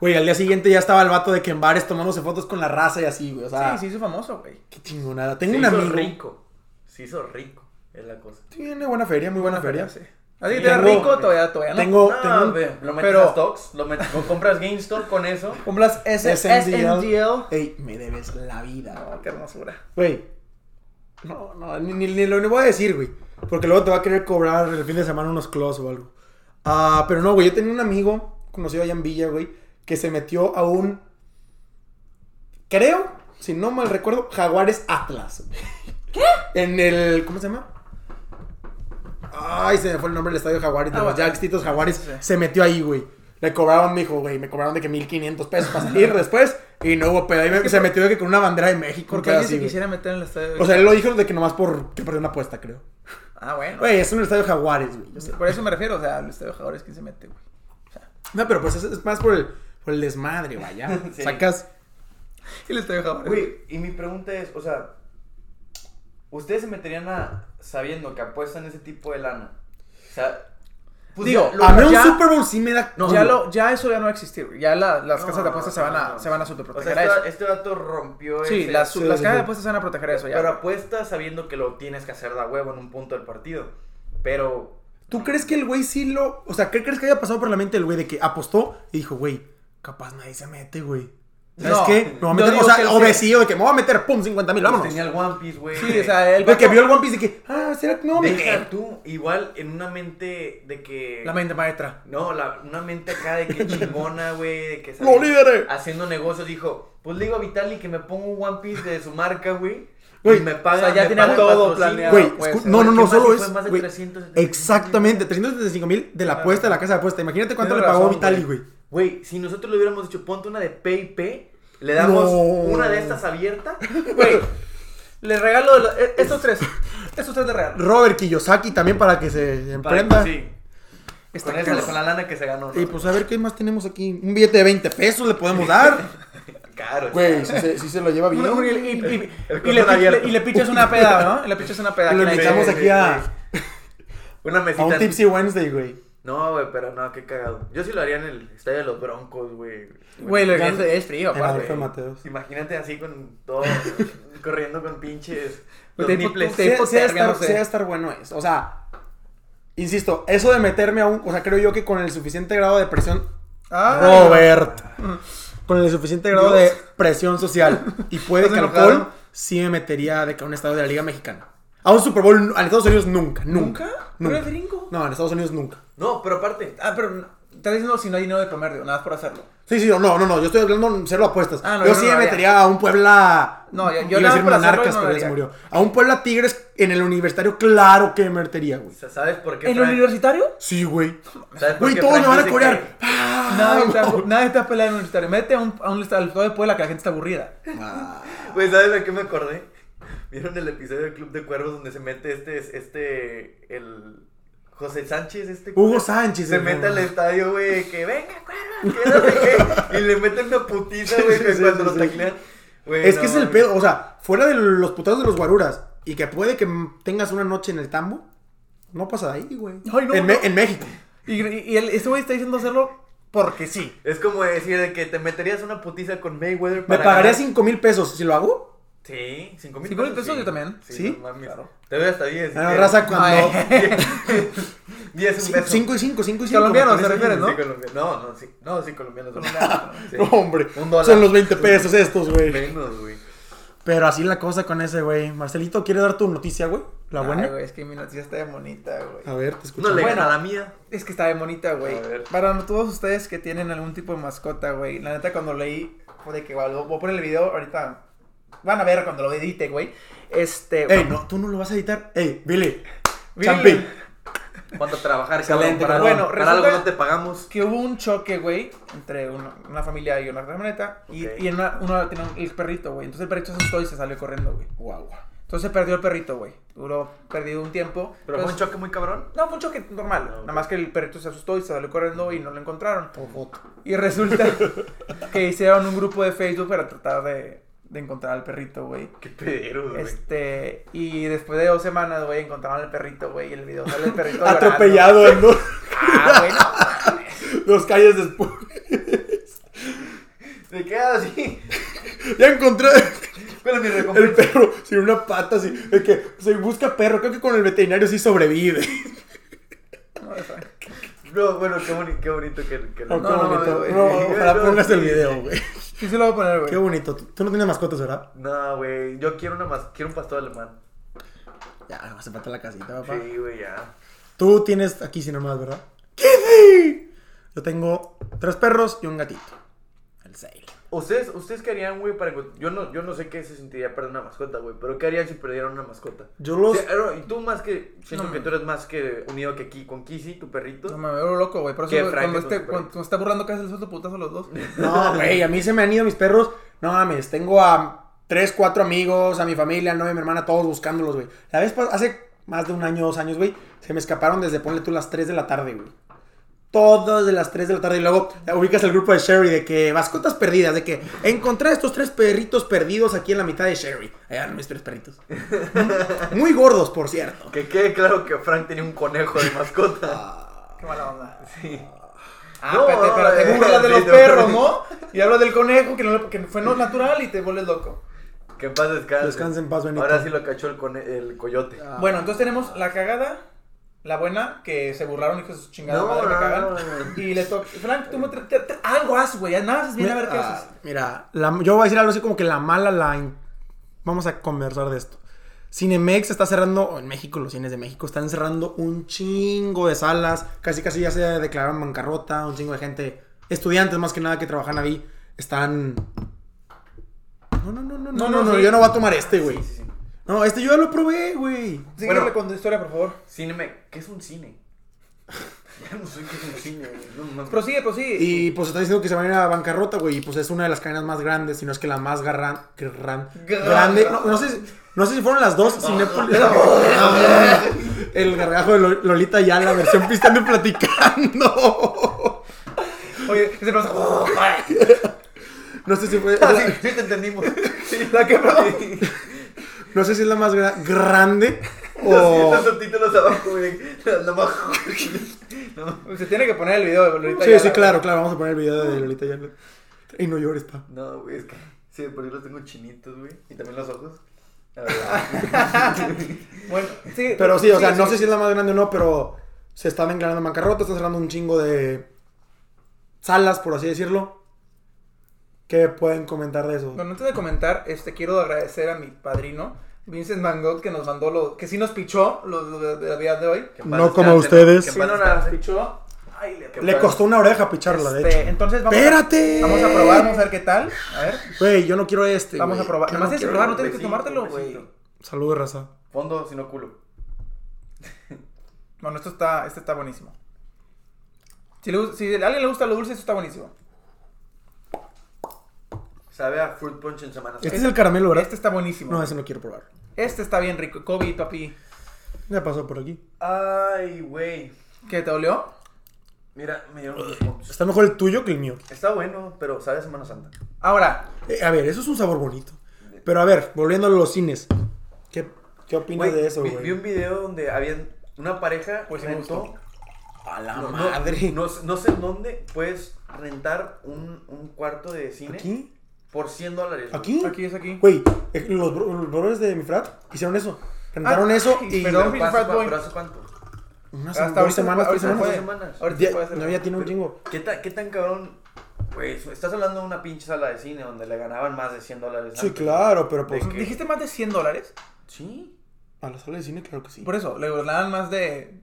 Speaker 2: Güey, al día siguiente ya estaba el vato de que en bares tomándose fotos con la raza y así, güey. O sea,
Speaker 3: Sí, se hizo famoso, güey.
Speaker 2: qué chingonada. Tengo
Speaker 1: Se
Speaker 2: un
Speaker 1: hizo
Speaker 2: amigo.
Speaker 1: rico. Se hizo rico, es la cosa.
Speaker 2: Tiene buena feria, muy buena feria.
Speaker 3: Sí. Así que
Speaker 2: Y
Speaker 3: te da
Speaker 2: tengo-
Speaker 3: rico, todavía, todavía no.
Speaker 2: Tengo- No, tengo un-
Speaker 1: ve, lo metes
Speaker 3: pero-
Speaker 1: a stocks, lo metes, lo compras GameStop con eso.
Speaker 3: Compras S
Speaker 2: SNDL.
Speaker 3: SNDL.
Speaker 2: Ey, me debes la vida, güey.
Speaker 3: Ah, No, qué hermosura.
Speaker 2: Güey. No, no, ni, ni- ni lo ni voy a decir, güey. Porque luego te va a querer cobrar el fin de semana unos clos o algo. Ah, pero no, güey. Yo tenía un amigo conocido allá en Villa, güey, que se metió a un. Creo, si no mal recuerdo, Jaguares Atlas. ¿Qué? En el. ¿Cómo se llama? Ay, se me fue el nombre del estadio Jaguares, de
Speaker 3: Ah,
Speaker 2: los
Speaker 3: bueno.
Speaker 2: Jackstitos Jaguares.
Speaker 3: Sí.
Speaker 2: Se metió ahí, güey. Le cobraron, me dijo, güey, me cobraron de que 1500 pesos para
Speaker 3: *laughs*
Speaker 2: salir después. Y no hubo pedo. Y me- se metió de que con una bandera de México. un
Speaker 3: Porque
Speaker 2: pedo
Speaker 3: alguien
Speaker 2: así,
Speaker 3: se
Speaker 2: güey.
Speaker 3: quisiera meter en el estadio.
Speaker 2: O sea, él lo dijo de que nomás por que perdió una apuesta, creo.
Speaker 3: ah, bueno.
Speaker 2: Güey, es un estadio Jaguares, güey. yo sé.
Speaker 3: Por eso me refiero, o sea, el estadio jugador es quien se mete, güey. *laughs*
Speaker 2: No, pero pues es, es más por el, por el desmadre,
Speaker 3: *laughs*
Speaker 2: vaya.
Speaker 1: Sí.
Speaker 2: Sacas.
Speaker 3: El estadio jugador.
Speaker 1: Güey, y mi pregunta es, o sea, ¿ustedes se meterían a sabiendo que apuestan ese tipo de lana? O sea, pues
Speaker 3: Digo, ah,
Speaker 1: ya
Speaker 2: A mí
Speaker 3: ya-
Speaker 2: un Super Bowl sí me da.
Speaker 3: No, ya, lo, ya eso ya no va a existir, güey. Ya la- las
Speaker 1: No,
Speaker 3: casas de apuestas se van a,
Speaker 1: no, no.
Speaker 3: se van a
Speaker 1: O
Speaker 3: superproteger
Speaker 1: sea,
Speaker 3: a
Speaker 1: este,
Speaker 3: eso.
Speaker 1: este dato rompió
Speaker 3: sí,
Speaker 1: ese-
Speaker 3: las,
Speaker 2: sí,
Speaker 3: las
Speaker 2: sí,
Speaker 3: casas de
Speaker 2: sí.
Speaker 3: apuestas se van a proteger eso ya.
Speaker 1: Pero apuestas sabiendo que lo tienes que hacer de a huevo en un punto del partido. Pero
Speaker 2: ¿Tú crees que el güey sí lo. O sea, ¿qué crees que haya pasado por la mente del güey de que apostó y dijo, güey, capaz nadie se mete, güey? ¿Sabes
Speaker 3: No,
Speaker 2: qué? Me voy a
Speaker 3: yo
Speaker 2: meter, o
Speaker 3: digo que él
Speaker 2: sea, o
Speaker 3: sí.
Speaker 2: vecío de que me voy a meter, pum, 50 mil,
Speaker 1: pues,
Speaker 2: vámonos.
Speaker 1: tenía el One Piece, güey.
Speaker 3: sí, o sea, el
Speaker 2: El güey que
Speaker 3: vato-
Speaker 2: vio el One Piece y que, ah, será que no, me
Speaker 1: Deja tú, igual en una mente de que...
Speaker 3: La mente maestra.
Speaker 1: No, la- una mente acá de
Speaker 2: *laughs*
Speaker 1: que chingona, güey, de que
Speaker 2: ¡Lo lideré!
Speaker 1: haciendo negocios, dijo, pues le digo a Vitali que me pongo un One Piece de su marca, güey,
Speaker 2: Güey,
Speaker 1: y me paga,
Speaker 3: o sea, ya
Speaker 1: me
Speaker 3: tenía
Speaker 1: paga el
Speaker 3: todo
Speaker 1: patrocinio".
Speaker 3: planeado.
Speaker 2: Güey,
Speaker 3: pues,
Speaker 2: escu-
Speaker 3: eh,
Speaker 2: no, no,
Speaker 1: ¿qué
Speaker 2: no,
Speaker 1: más
Speaker 2: solo
Speaker 1: fue?
Speaker 2: es.
Speaker 1: Más de
Speaker 2: güey,
Speaker 1: 375,000.
Speaker 2: exactamente, 375 mil de la
Speaker 3: Claro.
Speaker 2: apuesta de la casa de apuesta. Imagínate cuánto
Speaker 3: Tienes
Speaker 2: le pagó
Speaker 3: razón,
Speaker 2: Vitali,
Speaker 3: güey.
Speaker 2: güey.
Speaker 1: Güey, si nosotros le hubiéramos dicho, ponte una de PIP, le damos
Speaker 2: No.
Speaker 1: una de estas abierta,
Speaker 2: *laughs*
Speaker 3: Güey, le regalo de los- eh,
Speaker 1: e,
Speaker 3: estos tres. Estos tres de regalo.
Speaker 2: Robert Kiyosaki también para que se
Speaker 1: para
Speaker 2: emprenda.
Speaker 1: que- pues sí,
Speaker 3: Está
Speaker 1: con, esa-
Speaker 3: cabrón.
Speaker 1: con la lana que se ganó, ¿no?
Speaker 2: Y pues a ver qué más tenemos aquí. Un billete de 20 pesos le podemos dar.
Speaker 1: Caro.
Speaker 2: *laughs* Güey, *laughs* si se, sí se lo lleva bien.
Speaker 3: Una- una- y, y- y-
Speaker 1: El
Speaker 3: y le,
Speaker 1: cordón abierto.
Speaker 3: y le pichas una peda, ¿no? Y le pichas una peda.
Speaker 2: Y lo
Speaker 3: que la-
Speaker 2: invitamos
Speaker 1: sí,
Speaker 2: aquí
Speaker 1: sí,
Speaker 2: a,
Speaker 1: Una
Speaker 2: a un
Speaker 1: mesita.
Speaker 2: Tipsy Wednesday, güey.
Speaker 1: No, güey, pero no, qué cagado. Yo sí lo haría en el estadio de los Broncos, güey.
Speaker 3: Güey, lo
Speaker 2: Ya-
Speaker 3: es, es frío,
Speaker 2: en
Speaker 3: aparte.
Speaker 2: Adolfo este, Mateos.
Speaker 1: Imagínate así con todo, *laughs* corriendo con pinches los
Speaker 3: Te-
Speaker 1: nipples.
Speaker 3: te-
Speaker 2: Sí, sí, ha de estar,
Speaker 3: hipotermiándose.
Speaker 2: sí ha de estar bueno eso. O sea, insisto, eso de meterme a un. O sea, creo yo que con el suficiente grado de presión.
Speaker 3: Ah,
Speaker 2: Robert. Mm. Con el suficiente grado
Speaker 3: Dios.
Speaker 2: de presión social y puede
Speaker 3: Estás *laughs*
Speaker 2: que
Speaker 3: enojado.
Speaker 2: alcohol, sí me metería de que a un estado de la Liga Mexicana. A un Super Bowl en Estados Unidos nunca, nunca.
Speaker 3: ¿Nunca? ¿Tú
Speaker 2: Nunca.
Speaker 3: eres gringo?
Speaker 2: No, en Estados Unidos nunca.
Speaker 1: No, pero aparte,
Speaker 3: Ah, pero no- estás diciendo si no hay dinero de comer, digo, nada más por hacerlo.
Speaker 2: Sí, sí, no, no, no, yo estoy hablando en cero apuestas.
Speaker 3: Ah, no,
Speaker 2: yo
Speaker 3: yo
Speaker 2: sí
Speaker 3: no
Speaker 2: me
Speaker 3: lo haría.
Speaker 2: metería a un Puebla.
Speaker 3: No, yo-
Speaker 2: iba
Speaker 3: yo
Speaker 2: a
Speaker 3: nada
Speaker 2: decir
Speaker 3: para hacerlo
Speaker 2: Monarcas,
Speaker 3: y no lo
Speaker 2: pero ya se
Speaker 3: haría.
Speaker 2: murió. A un Puebla Tigres en el universitario, claro que me metería, güey.
Speaker 1: ah, ¿sabes por qué?
Speaker 3: ¿En el
Speaker 1: Frank?
Speaker 3: universitario?
Speaker 2: Sí, güey.
Speaker 1: ¿Sabes por
Speaker 2: Güey,
Speaker 1: qué
Speaker 2: todos me
Speaker 1: Frank
Speaker 2: van a
Speaker 1: dice
Speaker 2: corear. Ah,
Speaker 3: Nadie está, nadie está pelado en el universitario. Mete a un, a un estado de Puebla que la gente está aburrida.
Speaker 1: que- Güey, ¿sabes de qué me acordé? ¿Vieron el episodio del Club de Cuervos donde se mete este, este, el... José Sánchez, este...
Speaker 2: Hugo Sánchez,
Speaker 1: Se
Speaker 2: el
Speaker 1: mete
Speaker 2: cabrón.
Speaker 1: al estadio, güey, que venga, cuervos, que no sé qué. Y le meten una putiza, güey,
Speaker 2: Sí,
Speaker 1: que
Speaker 2: sí,
Speaker 1: cuando
Speaker 2: sí,
Speaker 1: lo
Speaker 2: sí.
Speaker 1: taclean. Güey,
Speaker 2: Es
Speaker 1: no
Speaker 2: que es el
Speaker 1: mames.
Speaker 2: pedo, o sea, fuera de los putados de los guaruras y que puede que tengas una noche en el tambo, no pasa de ahí, güey.
Speaker 3: Ay, no,
Speaker 2: en, Me-
Speaker 3: no.
Speaker 2: en México.
Speaker 3: Y, y el- este güey está diciendo hacerlo porque sí.
Speaker 1: Es como decir de que te meterías una putiza con Mayweather
Speaker 2: Me
Speaker 1: para
Speaker 2: pagaría
Speaker 1: ganar.
Speaker 2: 5 mil pesos si lo hago.
Speaker 1: Sí, cinco mil
Speaker 3: Cinco mil pesos
Speaker 1: sí.
Speaker 3: yo también.
Speaker 2: ¿Sí?
Speaker 1: no mames.
Speaker 3: Claro.
Speaker 1: Te doy hasta 10.
Speaker 2: La
Speaker 1: *laughs*
Speaker 2: raza cuando.
Speaker 3: Ay. *laughs*
Speaker 1: 10 es un beso.
Speaker 2: 5 y 5, 5 y 5.
Speaker 3: Colombianos, ¿te refieres,
Speaker 1: Sí,
Speaker 3: no?
Speaker 1: colombiano. No, no, sí, no, sí, colombianos. Colombianos. Sí.
Speaker 2: No, hombre.
Speaker 1: Un dólar.
Speaker 2: Son los 20 pesos estos, güey.
Speaker 1: Menos, güey.
Speaker 2: Pero así la cosa con ese, güey. Marcelito, ¿quiere dar tu noticia, güey? *laughs* La buena.
Speaker 3: Ay, Ah, güey, es que mi noticia está bien bonita, güey.
Speaker 2: A ver, te escucho.
Speaker 1: No le
Speaker 3: Bueno.
Speaker 1: gana la mía.
Speaker 3: Es que está bien bonita, güey.
Speaker 1: A ver.
Speaker 3: Para todos ustedes que tienen algún tipo de mascota, güey. La neta, cuando leí, fue de que, güey, lo- voy a poner el video ahorita. Van a ver cuando lo edite, güey. Este.
Speaker 2: Ey, no, tú no lo vas a editar. Ey, Billy.
Speaker 3: Billy.
Speaker 2: Champi.
Speaker 1: Cuánto trabajar, cabrón.
Speaker 2: Excelente,
Speaker 1: Para,
Speaker 2: cabrón.
Speaker 1: bueno, para
Speaker 3: Resulta-
Speaker 1: algo no te pagamos.
Speaker 3: que hubo un choque, güey, entre una, una familia y una camioneta. y-
Speaker 1: Ok.
Speaker 3: Y, en una, uno tenía un- el perrito, güey. Entonces el perrito se asustó y se salió corriendo, güey.
Speaker 2: Guau.
Speaker 3: Entonces perdió el perrito, güey. Duró perdido un tiempo.
Speaker 1: Pero fue
Speaker 2: Pues-
Speaker 3: Entonces-
Speaker 1: un choque muy cabrón.
Speaker 3: No, fue un choque normal.
Speaker 1: Ah, ok.
Speaker 3: Nada más que el perrito se asustó y se salió corriendo y no lo encontraron.
Speaker 2: Por foto.
Speaker 3: Y resulta *laughs* que hicieron un grupo de Facebook para tratar de, de encontrar al perrito, güey.
Speaker 1: Qué pedero, güey.
Speaker 3: Este, y después de dos semanas, güey, encontraron al perrito, güey, y el video sale
Speaker 2: *laughs*
Speaker 3: el perrito llorando.
Speaker 2: Atropellado en dos,
Speaker 3: Ah, güey, no.
Speaker 2: dos calles después. *laughs*
Speaker 1: Se queda así.
Speaker 2: Ya encontré
Speaker 1: Ah, *laughs* ¿Cuál es mi
Speaker 2: el
Speaker 1: recompensa?
Speaker 2: perro sin una pata, así. Es que se busca perro. Creo que con el veterinario sí sobrevive.
Speaker 3: No, o sea,
Speaker 1: No, bueno, qué, boni- qué bonito que, que
Speaker 2: No,
Speaker 1: lo-
Speaker 2: qué
Speaker 3: no, no,
Speaker 2: bonito.
Speaker 1: *laughs*
Speaker 3: güey.
Speaker 2: No, ojalá
Speaker 1: No,
Speaker 2: pongas el
Speaker 1: sí.
Speaker 2: video, güey.
Speaker 3: Sí, se lo voy a poner, güey.
Speaker 2: Qué bonito. Tú tú no tienes mascotas, ¿verdad?
Speaker 1: No, güey. Yo quiero una más. Quiero un pastor alemán.
Speaker 2: Ya, hace falta la casita, papá.
Speaker 1: Sí, güey, ya.
Speaker 2: Tú tienes aquí sin nomás, ¿verdad? ¡Kitty! Yo tengo tres perros y un gatito. El Sale.
Speaker 1: ¿Ustedes, ¿Ustedes qué harían, güey, para encont- yo no, yo no sé qué se sentiría perder una mascota, güey, pero ¿qué harían si perdieran una mascota?
Speaker 2: Yo los.
Speaker 1: Sí, pero, y tú más que, siento
Speaker 3: No,
Speaker 1: que
Speaker 3: no.
Speaker 1: tú eres más que unido que aquí con Kizzy, tu perrito.
Speaker 3: No me veo loco, güey. Por eso,
Speaker 1: Qué
Speaker 3: güey,
Speaker 1: franco
Speaker 3: cuando,
Speaker 1: con
Speaker 3: este,
Speaker 1: tu perrito.
Speaker 3: cuando me está burlando casi el suelto putazo a los dos.
Speaker 2: No, güey, a mí se me han ido mis perros. No mames, tengo a tres, cuatro amigos, a mi familia, a novia, a mi hermana, todos buscándolos, güey. La vez pas- hace más de un año, dos años, güey, se me escaparon desde ponle tú las 3 de la tarde, güey. Todas de las 3 de la tarde y luego eh, ubicas el grupo de Sherry de que mascotas perdidas, de que encontré a estos tres perritos perdidos aquí en la mitad de Sherry. Allá mis tres perritos. Muy gordos, por cierto.
Speaker 1: Que quede claro que Frank tenía un conejo de
Speaker 2: Ah.
Speaker 1: mascota.
Speaker 3: Qué mala onda.
Speaker 1: Sí.
Speaker 3: Ah,
Speaker 1: No,
Speaker 3: espérate, pero te
Speaker 1: eh,
Speaker 3: burlas de
Speaker 1: sí,
Speaker 3: los
Speaker 1: no.
Speaker 3: perros, ¿no? Y hablas del conejo que, no, le- que fue no natural y te vuelves loco.
Speaker 1: Que en paz descanse.
Speaker 2: Descanse en paz, Benito. Ah,
Speaker 1: Ahora sí lo cachó el, cone- el coyote.
Speaker 3: Bueno, entonces tenemos la cagada, la buena, que se burlaron y que sus chingadas
Speaker 1: No,
Speaker 3: madre me
Speaker 1: no,
Speaker 3: cagan.
Speaker 1: no, no.
Speaker 3: Y le toca. Frank, tú me tra- te- te- algo haz, güey. Nada haces bien a ver qué
Speaker 2: Ah,
Speaker 3: haces.
Speaker 2: Mira, la- yo voy a decir algo así como que la mala la... in- Vamos a conversar de esto. Cinemex está cerrando, o en México, los cines de México están cerrando un chingo de salas. Casi, casi ya se declararon bancarrota. Un chingo de gente, estudiantes más que nada que trabajan ahí, están. No, no, no, no, no, no,
Speaker 3: no,
Speaker 2: no,
Speaker 3: sí.
Speaker 2: yo no voy a tomar este, güey.
Speaker 1: Sí, sí, sí.
Speaker 2: No, este yo ya lo probé, güey.
Speaker 3: Síguele
Speaker 1: Bueno.
Speaker 3: con tu historia, por favor.
Speaker 1: Cine, ¿qué es un cine? *laughs* ya no sé qué es un cine, güey. No, mames.
Speaker 3: Prosigue, prosigue.
Speaker 2: Y pues están diciendo que se van a ir a bancarrota, güey. Y pues es una de las cadenas más grandes, si no es que la más garran, gran-
Speaker 3: Garra-
Speaker 2: grande. No, no sé, si- no sé si fueron las dos. Cinépolis. El gargajo de Lo- Lolita ya, la versión pistando y platicando. *laughs*
Speaker 3: Oye, que se pasa.
Speaker 2: oh,
Speaker 3: *laughs*
Speaker 2: No sé si fue.
Speaker 1: Ah, sí, sí te
Speaker 2: *laughs*
Speaker 1: entendimos. Sí, la que
Speaker 2: No sé si es la más gra- grande.
Speaker 1: Los,
Speaker 2: O.
Speaker 1: los subtítulos abajo, güey. Lo bajo. *laughs* No,
Speaker 3: Se tiene que poner el video de ahorita
Speaker 2: Sí,
Speaker 3: ya
Speaker 2: sí,
Speaker 3: la-
Speaker 2: claro, claro. Vamos a poner el video de Lolita ya. Y no llores, pa.
Speaker 1: no, güey, es que. Sí, por eso los tengo chinitos, güey. Y también los ojos. La
Speaker 2: *laughs*
Speaker 3: Bueno, sí.
Speaker 2: Pero sí, o sea, no sé si es la más grande o no, pero se están declarando bancarrota, están cerrando un chingo de salas, por así decirlo. ¿Qué pueden comentar de eso?
Speaker 3: Bueno, antes de comentar, este, quiero agradecer a mi padrino, Vincent Van Gogh que nos mandó lo. que sí nos pichó los los de la vida de hoy.
Speaker 1: Que en
Speaker 2: No
Speaker 1: paz
Speaker 2: como
Speaker 1: descanse,
Speaker 2: ustedes.
Speaker 1: que en
Speaker 3: Sí
Speaker 1: paz
Speaker 3: no
Speaker 1: descanse.
Speaker 3: nos pichó. Ay, le
Speaker 1: Que
Speaker 2: Le
Speaker 1: paz-
Speaker 2: costó una oreja picharla, de
Speaker 3: Este,
Speaker 2: hecho.
Speaker 3: Entonces vamos
Speaker 2: ¡Espérate!
Speaker 3: a. Vamos a probar, vamos a ver qué tal. A ver.
Speaker 2: Güey, yo no quiero este.
Speaker 3: Vamos
Speaker 2: güey.
Speaker 3: a probar.
Speaker 2: Yo
Speaker 3: Nomás tienes que
Speaker 2: quiero-
Speaker 3: probar, no tienes que
Speaker 1: Besito,
Speaker 3: tomártelo, güey.
Speaker 1: besito.
Speaker 2: Saludos, raza.
Speaker 1: Fondo, sino culo.
Speaker 3: Bueno, esto está, este está buenísimo. Si, le gus- si a alguien le gusta lo dulce, esto está buenísimo.
Speaker 1: Sabe a Fruit Punch en Semana
Speaker 2: Este
Speaker 1: Santa.
Speaker 2: es el caramelo, ¿verdad?
Speaker 3: Este está buenísimo.
Speaker 2: No, ese no quiero probar.
Speaker 3: Este está bien rico. Kobe, papi.
Speaker 2: Ya pasó por aquí.
Speaker 1: Ay, güey.
Speaker 3: ¿Qué te olió?
Speaker 1: Mira, me dieron los puntos.
Speaker 2: Está mejor el tuyo que el mío.
Speaker 1: Está bueno, pero sabe a Semana Santa.
Speaker 3: Ahora,
Speaker 2: Eh, a ver, eso es un sabor bonito. Pero a ver, volviendo a los cines. ¿Qué, qué opinas
Speaker 1: Güey,
Speaker 2: de eso,
Speaker 1: vi,
Speaker 2: güey?
Speaker 1: vi un video donde habían una pareja
Speaker 3: Pues sí me
Speaker 1: rentó.
Speaker 3: gustó.
Speaker 2: A la
Speaker 1: No, no,
Speaker 2: madre.
Speaker 1: No, sé- no sé en dónde puedes rentar un, un cuarto de cine
Speaker 2: ¿Aquí?
Speaker 1: por 100 dólares. güey.
Speaker 2: ¿Aquí?
Speaker 3: aquí es aquí.
Speaker 2: Güey, eh, los, bro- los brothers de mi frat hicieron eso. Rentaron
Speaker 3: Ah,
Speaker 2: eso
Speaker 3: ay,
Speaker 2: y
Speaker 3: pero-
Speaker 1: Pero,
Speaker 3: Phil
Speaker 1: pasa-
Speaker 3: Fat Boy.
Speaker 1: pero ¿hace cuánto?
Speaker 2: unas
Speaker 3: Hasta
Speaker 2: dos
Speaker 3: ahorita-
Speaker 2: semanas, tres
Speaker 3: ahorita
Speaker 2: semanas.
Speaker 3: fue-
Speaker 1: semanas.
Speaker 3: ahorita
Speaker 2: Ya-
Speaker 3: puede ser.
Speaker 2: no, ya tiene un chingo.
Speaker 1: ¿Qué, ta- ¿Qué tan cabrón? Pues estás hablando de una pinche sala de cine donde le ganaban más de 100 dólares.
Speaker 2: Sí,
Speaker 1: antes.
Speaker 2: claro, pero pues...
Speaker 1: ¿De qué?
Speaker 3: ¿Dijiste más de 100 dólares?
Speaker 1: Sí.
Speaker 2: A la sala de cine, claro que sí.
Speaker 3: Por eso, le ganaban más de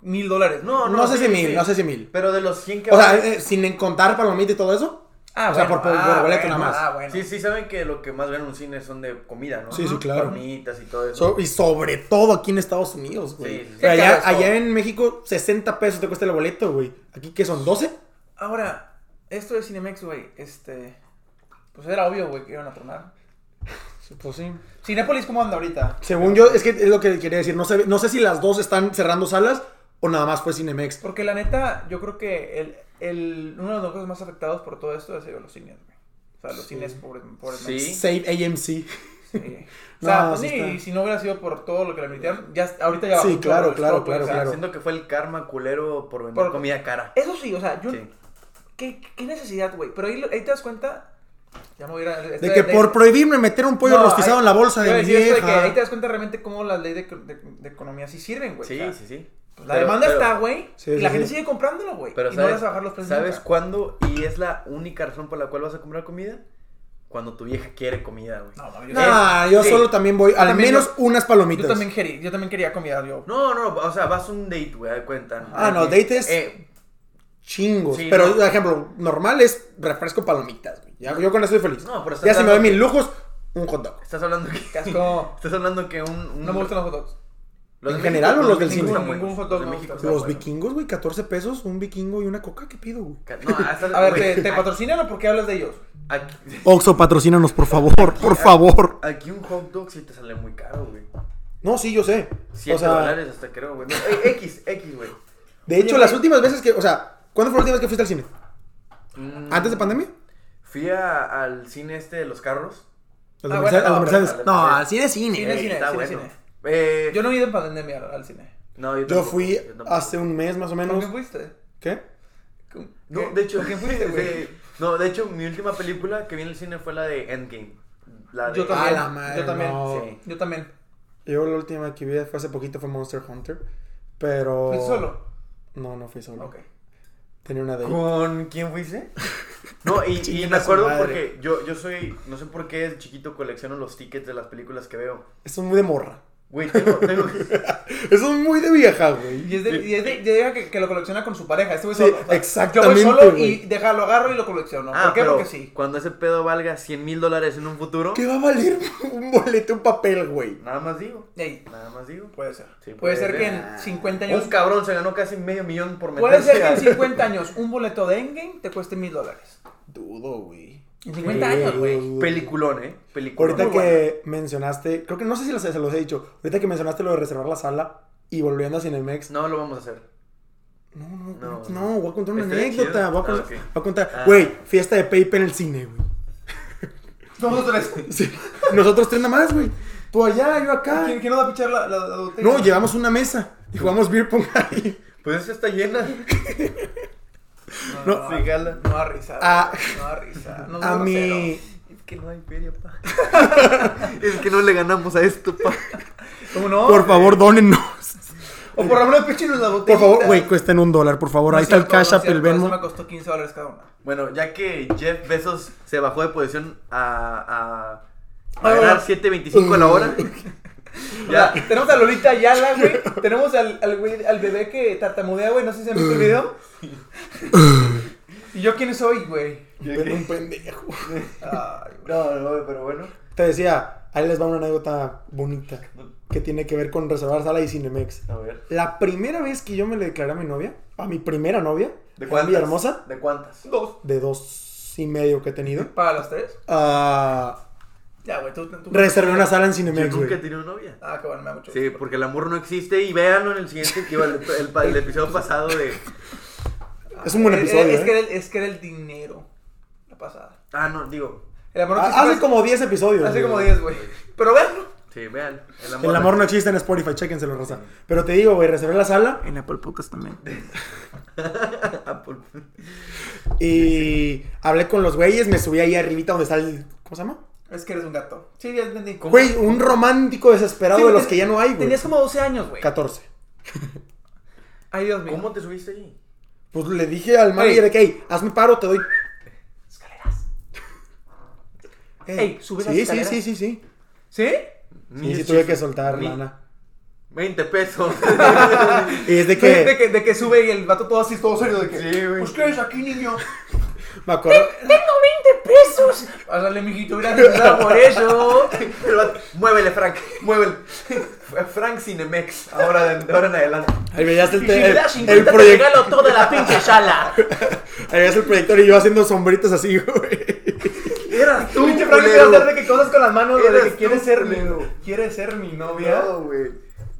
Speaker 3: mil dólares.
Speaker 1: No,
Speaker 2: No sé
Speaker 1: sí,
Speaker 2: si mil,
Speaker 1: sí.
Speaker 2: no sé si mil.
Speaker 1: Pero de los 100 que
Speaker 2: O sea, eh, eh, sin contar palomita y todo eso.
Speaker 3: Ah,
Speaker 2: o sea, por- por- por boleto nada
Speaker 3: bueno,
Speaker 2: más.
Speaker 3: Ah, bueno.
Speaker 1: Sí, sí, saben que lo que más ven en un cine son de comida, ¿no?
Speaker 2: Sí, sí, claro.
Speaker 1: Palomitas y todo eso.
Speaker 2: So- y sobre todo aquí en Estados Unidos, güey.
Speaker 1: Sí, sí.
Speaker 2: Pero
Speaker 3: Sí,
Speaker 2: allá,
Speaker 3: claro, eso.
Speaker 2: allá en México, 60 pesos te cuesta el boleto, güey. Aquí que son 12.
Speaker 3: Ahora, esto de Cinemex, güey, este. Pues era obvio, güey, que iban a tronar.
Speaker 2: Pues sí.
Speaker 3: Cinépolis, ¿cómo anda ahorita?
Speaker 2: Según yo, es que es lo que quería decir. No sé, no sé si las dos están cerrando salas o nada más fue Cinemex.
Speaker 3: Porque la neta, yo creo que el, el, uno de los negocios más afectados por todo esto es los cines, güey. O sea, los
Speaker 2: Sí.
Speaker 3: cines pobres, pobres. ¿no?
Speaker 2: *laughs*
Speaker 1: Sí.
Speaker 2: Save AMC.
Speaker 3: Sí. O sea,
Speaker 2: No,
Speaker 3: pues
Speaker 2: sí
Speaker 3: sí,
Speaker 2: está.
Speaker 3: y si no hubiera sido por todo lo que le metieron, ya, ahorita ya
Speaker 2: Sí,
Speaker 3: bajó un
Speaker 2: claro,
Speaker 3: chorro el
Speaker 2: claro,
Speaker 3: stock, güey,
Speaker 2: claro,
Speaker 3: o sea,
Speaker 2: claro.
Speaker 1: Siento que fue el karma culero por vender
Speaker 3: Por-
Speaker 1: comida cara.
Speaker 3: Eso sí, o sea, yo,
Speaker 1: Sí.
Speaker 3: ¿qué, qué necesidad, güey? Pero ahí, lo- ahí te das cuenta, ya me voy a ir a...
Speaker 2: De que por prohibirme meter un pollo
Speaker 3: No,
Speaker 2: rostizado
Speaker 3: ahí-
Speaker 2: en la bolsa
Speaker 3: yo
Speaker 2: de mi
Speaker 3: decía esto que ahí te
Speaker 2: vieja.
Speaker 3: das cuenta realmente cómo las leyes de, de- de economía sí sirven, güey.
Speaker 1: Sí,
Speaker 3: o sea,
Speaker 1: sí, sí.
Speaker 3: pues la
Speaker 1: Pero-
Speaker 3: demanda
Speaker 1: pero-
Speaker 3: está, güey,
Speaker 2: Sí,
Speaker 3: y la
Speaker 2: sí,
Speaker 3: gente
Speaker 2: sí.
Speaker 3: sigue comprándolo, güey.
Speaker 1: Pero
Speaker 3: y no
Speaker 1: sabes,
Speaker 3: vas a bajar los precios
Speaker 1: ¿sabes
Speaker 3: nunca.
Speaker 1: cuándo? Y es la única razón por la cuál vas a comprar comida. Cuando tu vieja quiere comida, güey.
Speaker 3: No, mami, yo-
Speaker 2: Nah, yo
Speaker 1: Sí.
Speaker 2: solo también voy, al
Speaker 3: también
Speaker 2: menos unas palomitas.
Speaker 3: Yo también, quería, yo también quería comida, yo.
Speaker 1: No, no, o sea, vas a un date, güey, de cuenta. ¿no?
Speaker 2: Ah, no,
Speaker 1: Aquí.
Speaker 2: date es-
Speaker 1: Eh,
Speaker 2: Chingos.
Speaker 1: Sí,
Speaker 2: pero,
Speaker 1: no.
Speaker 2: por ejemplo, normal es refresco palomitas, güey. Ya, Yo con eso estoy feliz.
Speaker 1: No, pero estás
Speaker 2: ya si me doy
Speaker 1: dando-
Speaker 2: mis lujos, un hot dog.
Speaker 1: estás hablando que. *laughs*
Speaker 3: Qué asco.
Speaker 1: Estás hablando que un. un-
Speaker 3: No me gustan los hot dogs.
Speaker 1: de
Speaker 2: ¿En
Speaker 1: México-
Speaker 2: general o los del
Speaker 1: México
Speaker 2: cine?
Speaker 1: están buenos,
Speaker 3: Ningún
Speaker 1: los
Speaker 3: hot dog
Speaker 1: de
Speaker 3: me
Speaker 1: México
Speaker 3: gusta.
Speaker 1: están
Speaker 2: Los
Speaker 1: buenos.
Speaker 2: vikingos, güey, 14 pesos, un vikingo y una coca, ¿qué pido, güey?
Speaker 1: No, hasta-
Speaker 3: *laughs* A ver,
Speaker 1: güey,
Speaker 3: ¿te, te patrocinan o por qué hablas de ellos?
Speaker 1: Aquí,
Speaker 2: Oxo, patrocínanos, por *laughs* favor, por favor.
Speaker 1: aquí un hot dog sí te sale muy caro, güey.
Speaker 2: No, sí, yo sé.
Speaker 1: 100
Speaker 2: o sea,
Speaker 1: dólares hasta creo, güey. No, eh, X, X, güey.
Speaker 2: de hecho,
Speaker 3: Oye,
Speaker 2: las
Speaker 3: güey.
Speaker 2: últimas veces que, o sea, ¿cuándo fue la última vez que fuiste al cine?
Speaker 1: Mm,
Speaker 2: ¿Antes de pandemia?
Speaker 1: Fui a- al cine este de los carros.
Speaker 2: Al
Speaker 3: Ah,
Speaker 2: de
Speaker 3: bueno,
Speaker 2: Mercedes- al de
Speaker 3: no,
Speaker 2: Mercedes.
Speaker 1: pero-
Speaker 2: No, al cine, cine.
Speaker 3: Cine,
Speaker 2: güey.
Speaker 3: cine.
Speaker 1: Está bueno.
Speaker 3: cine.
Speaker 1: Eh,
Speaker 3: Yo no he ido en pandemia al, al cine.
Speaker 1: no,
Speaker 2: Yo
Speaker 1: tampoco,
Speaker 2: fui
Speaker 1: yo tampoco.
Speaker 2: hace un mes más o
Speaker 3: ¿Con
Speaker 2: menos.
Speaker 3: quién fuiste?
Speaker 2: ¿Qué?
Speaker 3: ¿Con-
Speaker 1: No,
Speaker 3: qué-
Speaker 1: *laughs* de hecho,
Speaker 3: ¿Con quién fuiste, güey?
Speaker 1: de- no, de hecho, mi última película que vi en el cine fue la de Endgame. La de,
Speaker 3: Yo también.
Speaker 2: A la madre,
Speaker 3: yo también.
Speaker 2: no.
Speaker 3: sí, Yo también.
Speaker 2: Yo la última que vi fue hace poquito fue Monster Hunter. Pero.
Speaker 3: ¿Fuiste solo?
Speaker 2: No, no fui solo.
Speaker 3: Ok.
Speaker 2: Tenía una de
Speaker 1: ¿Con quién fuiste? *laughs* No, y, y
Speaker 2: Chinga
Speaker 1: me
Speaker 2: su
Speaker 1: acuerdo
Speaker 2: madre.
Speaker 1: porque yo, yo soy, no sé por qué de chiquito colecciono los tickets de las películas que veo.
Speaker 2: Eso es muy de morra.
Speaker 1: Güey, tengo, tengo,
Speaker 2: Eso es muy de vieja, güey.
Speaker 3: Y es de, y es de, de deja que, que lo colecciona con su pareja. Este güey
Speaker 2: Sí,
Speaker 3: solo. O sea,
Speaker 2: exactamente,
Speaker 3: Yo voy solo
Speaker 2: güey.
Speaker 3: y deja, lo agarro y lo colecciono.
Speaker 1: Ah,
Speaker 3: ¿Por qué?
Speaker 1: pero
Speaker 3: Porque sí.
Speaker 1: Cuando ese pedo valga 100 mil dólares en un futuro,
Speaker 2: ¿Qué va a valer *laughs* un boleto, un papel, güey?
Speaker 1: nada más digo.
Speaker 3: Ey,
Speaker 1: Nada más digo.
Speaker 3: puede ser.
Speaker 1: Sí, puede
Speaker 3: puede ser que
Speaker 1: ser.
Speaker 3: en 50 años.
Speaker 1: Un cabrón se ganó casi medio millón por meterse
Speaker 3: Puede ser que
Speaker 1: a-
Speaker 3: en 50 años un boleto de Endgame te cueste mil dólares.
Speaker 2: Dudo, güey.
Speaker 3: En 50 años, güey.
Speaker 1: Peliculón, ¿eh? Peliculón.
Speaker 2: Ahorita
Speaker 1: Muy
Speaker 2: que
Speaker 1: buena.
Speaker 2: mencionaste, creo que no sé si lo- se los he dicho, ahorita que mencionaste lo de reservar la sala y volviendo a Cinemex. No,
Speaker 1: No lo vamos a hacer.
Speaker 2: no, no,
Speaker 1: No.
Speaker 2: no, voy a contar una
Speaker 1: Estaría
Speaker 2: anécdota.
Speaker 1: chido.
Speaker 2: Voy a, con-
Speaker 1: Ah, ok.
Speaker 2: voy a contar,
Speaker 1: Ah.
Speaker 2: güey, fiesta de PayPal en el cine, güey.
Speaker 3: *laughs* Somos tres.
Speaker 2: Sí, nosotros tres nada más, güey. Tú allá, yo acá.
Speaker 3: ¿Quién, quién nos va a pichar la, la, la botella?
Speaker 2: No, llevamos una mesa y jugamos beer pong ahí.
Speaker 1: Pues esta está llena.
Speaker 2: No.
Speaker 1: Sí, gala.
Speaker 3: No da risa.
Speaker 2: Ah.
Speaker 3: güey, No da risa. No
Speaker 2: A
Speaker 3: seas
Speaker 2: mi,
Speaker 1: Es que no hay feria, pa. *laughs* es que no le ganamos a esto, pa.
Speaker 3: grosero. ¿Cómo no?
Speaker 2: por favor, dónennos.
Speaker 3: O por lo menos pichenos la botella.
Speaker 2: Por favor, güey, cuesten un dólar, por favor. Ahí está el Cash App, el Venmo.
Speaker 3: me costó 15 dólares cada una.
Speaker 1: Bueno, ya que Jeff Bezos se bajó de posición a. a. a
Speaker 3: Ay,
Speaker 1: ganar
Speaker 2: *laughs*
Speaker 3: bueno.
Speaker 1: 7.25 a la hora. Ya.
Speaker 3: Ya, tenemos a Lolita Ayala, güey. Tenemos al, al, güey- al bebé que tartamudea, güey. No sé si han visto
Speaker 2: *laughs*
Speaker 3: el video. ¿Y yo quién soy, güey?
Speaker 2: Pero un pendejo.
Speaker 3: Ay, güey.
Speaker 1: No, no, pero bueno.
Speaker 2: Te decía, ahí les va una anécdota bonita que tiene que ver con reservar sala y Cinemex.
Speaker 1: A ver.
Speaker 2: La primera vez que yo me le declaré a mi novia, a mi primera novia,
Speaker 1: ¿De
Speaker 2: en
Speaker 1: cuántas?
Speaker 2: Villahermosa,
Speaker 1: ¿De cuántas?
Speaker 3: Dos.
Speaker 2: de dos y medio que he tenido,
Speaker 3: ¿Para las tres?
Speaker 2: ah,
Speaker 3: Ya, güey. Tú, tú-
Speaker 2: reservé una sala en
Speaker 1: Yo
Speaker 2: Cinemex,
Speaker 1: nunca he
Speaker 2: güey.
Speaker 1: tenido novia.
Speaker 3: Ah, qué bueno, me da mucho
Speaker 1: Sí,
Speaker 3: gusto.
Speaker 1: porque el amor no existe y véanlo en el siguiente que iba el, el-
Speaker 2: *laughs*
Speaker 1: el episodio pasado de...
Speaker 2: Es un buen
Speaker 3: Eh, eh,
Speaker 2: episodio,
Speaker 3: Es,
Speaker 2: ¿eh?
Speaker 3: que era el, es que era el dinero. La pasada.
Speaker 1: Ah, no, digo.
Speaker 3: El amor no
Speaker 2: Ah,
Speaker 3: existe,
Speaker 2: Hace
Speaker 3: güey.
Speaker 2: como 10 episodios.
Speaker 3: Hace
Speaker 2: güey.
Speaker 3: como 10, güey. Pero veanlo.
Speaker 1: Sí, vean. El amor, *laughs*
Speaker 2: El amor no existe en Spotify, chéquenselo, Rosa. Pero te digo, güey, reservé la sala
Speaker 3: En Apple Podcast también.
Speaker 1: Apple.
Speaker 2: y hablé con los güeyes, me subí ahí arribita donde está el... ¿Cómo se llama?
Speaker 3: Es que eres un gato. Sí, ya entendí. Sí,
Speaker 2: Güey, un romántico desesperado de
Speaker 3: güey,
Speaker 2: los
Speaker 3: ten-
Speaker 2: que ya no hay, güey.
Speaker 3: Tenías como 12 años, güey.
Speaker 2: 14.
Speaker 3: Ay, Dios mío.
Speaker 1: ¿Cómo te subiste ahí?
Speaker 2: Pues le dije al manager de que, hey, hazme paro, te doy.
Speaker 3: Escaleras.
Speaker 2: Ey,
Speaker 3: Ey, sube las
Speaker 2: sí,
Speaker 3: escaleras.
Speaker 2: Sí, sí, sí, sí.
Speaker 3: ¿Sí?
Speaker 2: Sí, sí tuve que soltar
Speaker 1: Ni-
Speaker 2: lana.
Speaker 3: *laughs*
Speaker 1: 20
Speaker 2: *laughs*
Speaker 1: pesos.
Speaker 2: Y es de
Speaker 3: Sí, De
Speaker 2: que,
Speaker 3: que, de que sube y el vato todo así, todo serio. De que,
Speaker 1: Sí, güey.
Speaker 3: Pues qué es aquí, niño.
Speaker 2: me acuerdo,
Speaker 3: ¡Pesos! Pásale, mijito, hubiera empezado por eso.
Speaker 1: *laughs* El vato, muévele, Frank. Muévele. *laughs* Frank Cinemex. Ahora, de, de ahora en adelante.
Speaker 2: ahí veías
Speaker 3: *laughs*
Speaker 2: el,
Speaker 3: Y
Speaker 2: te-
Speaker 3: si me
Speaker 2: el,
Speaker 3: das
Speaker 2: el
Speaker 3: 50, "Ah, te
Speaker 2: proyector,
Speaker 3: regalo toda la pinche sala.
Speaker 2: ahí veías el proyector y yo haciendo sombritas así, *laughs* güey.
Speaker 1: *laughs* Eras tú,
Speaker 3: Pinche Frank, quiero hacer de que cosas con las manos, güey, de
Speaker 1: Eres
Speaker 3: que quiere
Speaker 1: tú,
Speaker 3: ser mi,
Speaker 1: culero.
Speaker 3: quiere ser mi novia.
Speaker 1: No, güey.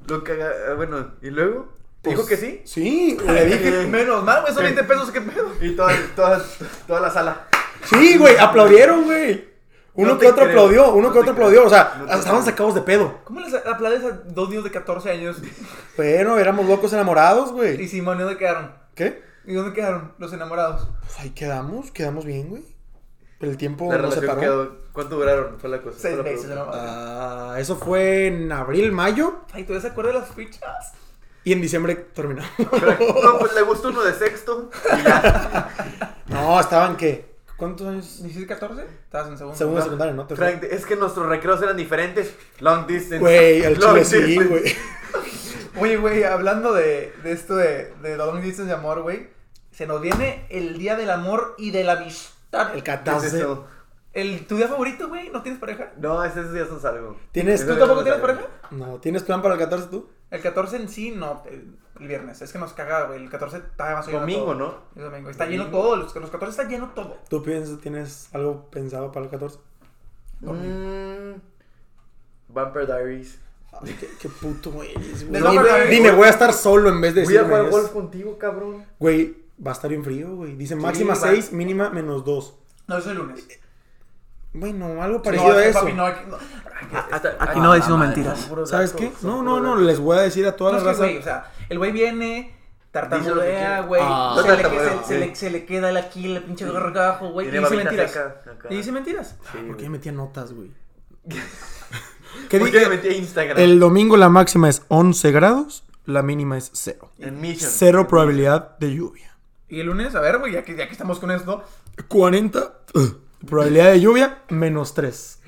Speaker 1: Lo caga... ah, Bueno, ¿y luego? ¿Te dijo que sí?
Speaker 2: Sí, le dije.
Speaker 3: Menos mal, güey, son 20 pesos, qué pedo.
Speaker 1: Y toda, toda, toda la sala.
Speaker 2: Sí, güey, aplaudieron, güey. Uno
Speaker 1: No
Speaker 2: que
Speaker 1: te
Speaker 2: otro
Speaker 1: creo.
Speaker 2: aplaudió,
Speaker 1: No
Speaker 2: uno que
Speaker 1: te
Speaker 2: otro
Speaker 1: creo.
Speaker 2: aplaudió, o sea,
Speaker 1: No te
Speaker 2: estaban
Speaker 1: creo.
Speaker 2: sacados de pedo.
Speaker 3: ¿Cómo les aplaudes a dos niños de 14 años?
Speaker 2: Pero éramos locos enamorados,
Speaker 3: Y
Speaker 2: güey.
Speaker 3: Simón, ¿y dónde quedaron?
Speaker 2: ¿Qué?
Speaker 3: ¿Y dónde quedaron los enamorados?
Speaker 2: Pues ahí quedamos, quedamos bien, güey. Pero el tiempo
Speaker 1: La
Speaker 2: nos
Speaker 1: relación
Speaker 2: separó.
Speaker 1: quedó... ¿Cuánto duraron? Fue la cosa.
Speaker 3: Seis
Speaker 1: fue la
Speaker 3: meses,
Speaker 1: pregunta.
Speaker 3: no mames.
Speaker 2: Ah, eso fue en abril, mayo.
Speaker 3: Ay, ¿todavía se acuerda de las fichas?
Speaker 2: Y en diciembre terminó.
Speaker 1: Frank, No, pues le gustó uno de sexto. Y ya.
Speaker 2: *laughs* no, estaban qué? ¿Cuántos años?
Speaker 3: ¿17, 14? Estabas en segundo.
Speaker 2: Segundo,
Speaker 3: No.
Speaker 2: secundario, ¿no? Tercero.
Speaker 1: Frank, es que nuestros recreos eran diferentes. Long distance.
Speaker 2: Güey, al
Speaker 1: Long
Speaker 2: chile sí,
Speaker 1: distance.
Speaker 2: güey.
Speaker 3: Oye, güey, hablando de, de esto de, de la long distance de amor, güey, se nos viene el día del amor y de la amistad.
Speaker 2: El
Speaker 1: ¿Qué es
Speaker 2: 14.
Speaker 1: eso?
Speaker 3: El, ¿Tu día favorito, güey? ¿No tienes pareja?
Speaker 1: No, esos días no salgo.
Speaker 2: ¿Tienes-
Speaker 1: Esos
Speaker 3: ¿Tú
Speaker 1: días no
Speaker 3: tampoco
Speaker 2: eh,
Speaker 3: tienes
Speaker 1: salgo.
Speaker 3: pareja?
Speaker 2: No, ¿tienes plan para el 14 tú?
Speaker 3: El 14 en sí, no. El, el viernes. Es que nos caga, güey. El 14 está demasiado lleno
Speaker 1: Domingo,
Speaker 3: todo.
Speaker 1: ¿no?
Speaker 3: El domingo. Está lleno
Speaker 1: Domingo.
Speaker 3: todo. Los, los 14 está lleno todo.
Speaker 2: ¿Tú piensas, tienes algo pensado para el 14?
Speaker 1: Mm, Vampire Mm, Diaries.
Speaker 2: Ay, qué, qué puto eres,
Speaker 3: De
Speaker 2: güey.
Speaker 3: no,
Speaker 2: Dime,
Speaker 3: pero-
Speaker 2: dime, voy a estar solo en vez de
Speaker 1: Voy a
Speaker 2: decirme
Speaker 1: jugar
Speaker 2: eso.
Speaker 1: golf contigo, cabrón.
Speaker 2: Güey, va a estar bien frío, güey. Dice máxima
Speaker 1: va.
Speaker 2: 6, mínima menos 2.
Speaker 3: No, eso es el lunes.
Speaker 2: Bueno, algo parecido
Speaker 3: no,
Speaker 2: a
Speaker 3: es que,
Speaker 2: eso.
Speaker 3: papi, no, aquí, no.
Speaker 1: Ay,
Speaker 3: no
Speaker 1: la
Speaker 3: decimos
Speaker 1: madre,
Speaker 3: mentiras.
Speaker 1: son puros
Speaker 2: ¿Sabes
Speaker 1: datos,
Speaker 2: qué?
Speaker 1: son
Speaker 2: No, no,
Speaker 1: puros
Speaker 2: no,
Speaker 1: datos.
Speaker 2: les voy a decir a toda la
Speaker 3: No, es que,
Speaker 2: raza.
Speaker 3: güey, o sea, el güey viene,
Speaker 1: Dice lo que
Speaker 3: tartamudea,
Speaker 1: quiere.
Speaker 3: güey.
Speaker 2: Ah.
Speaker 3: se,
Speaker 1: No
Speaker 3: le-
Speaker 1: tartamudea,
Speaker 3: se- se le-
Speaker 1: sí.
Speaker 3: se le queda la aquí, el pinche gargajo, güey. Y
Speaker 1: Tiene
Speaker 3: dice
Speaker 1: babita
Speaker 3: mentiras.
Speaker 1: seca, acá.
Speaker 3: Y dice mentiras.
Speaker 1: Sí,
Speaker 2: ¿Por qué
Speaker 1: güey.
Speaker 2: metía notas, güey? ¿Qué
Speaker 1: ¿Por qué me
Speaker 2: dije?
Speaker 1: metí a Instagram?
Speaker 2: El domingo la máxima es 11 grados, la mínima es 0.
Speaker 1: En Mission.
Speaker 2: Cero probabilidad de lluvia.
Speaker 3: Y el lunes, a ver, güey, ya que, ya que estamos con esto,
Speaker 2: 40 *laughs* probabilidad de lluvia, menos 3.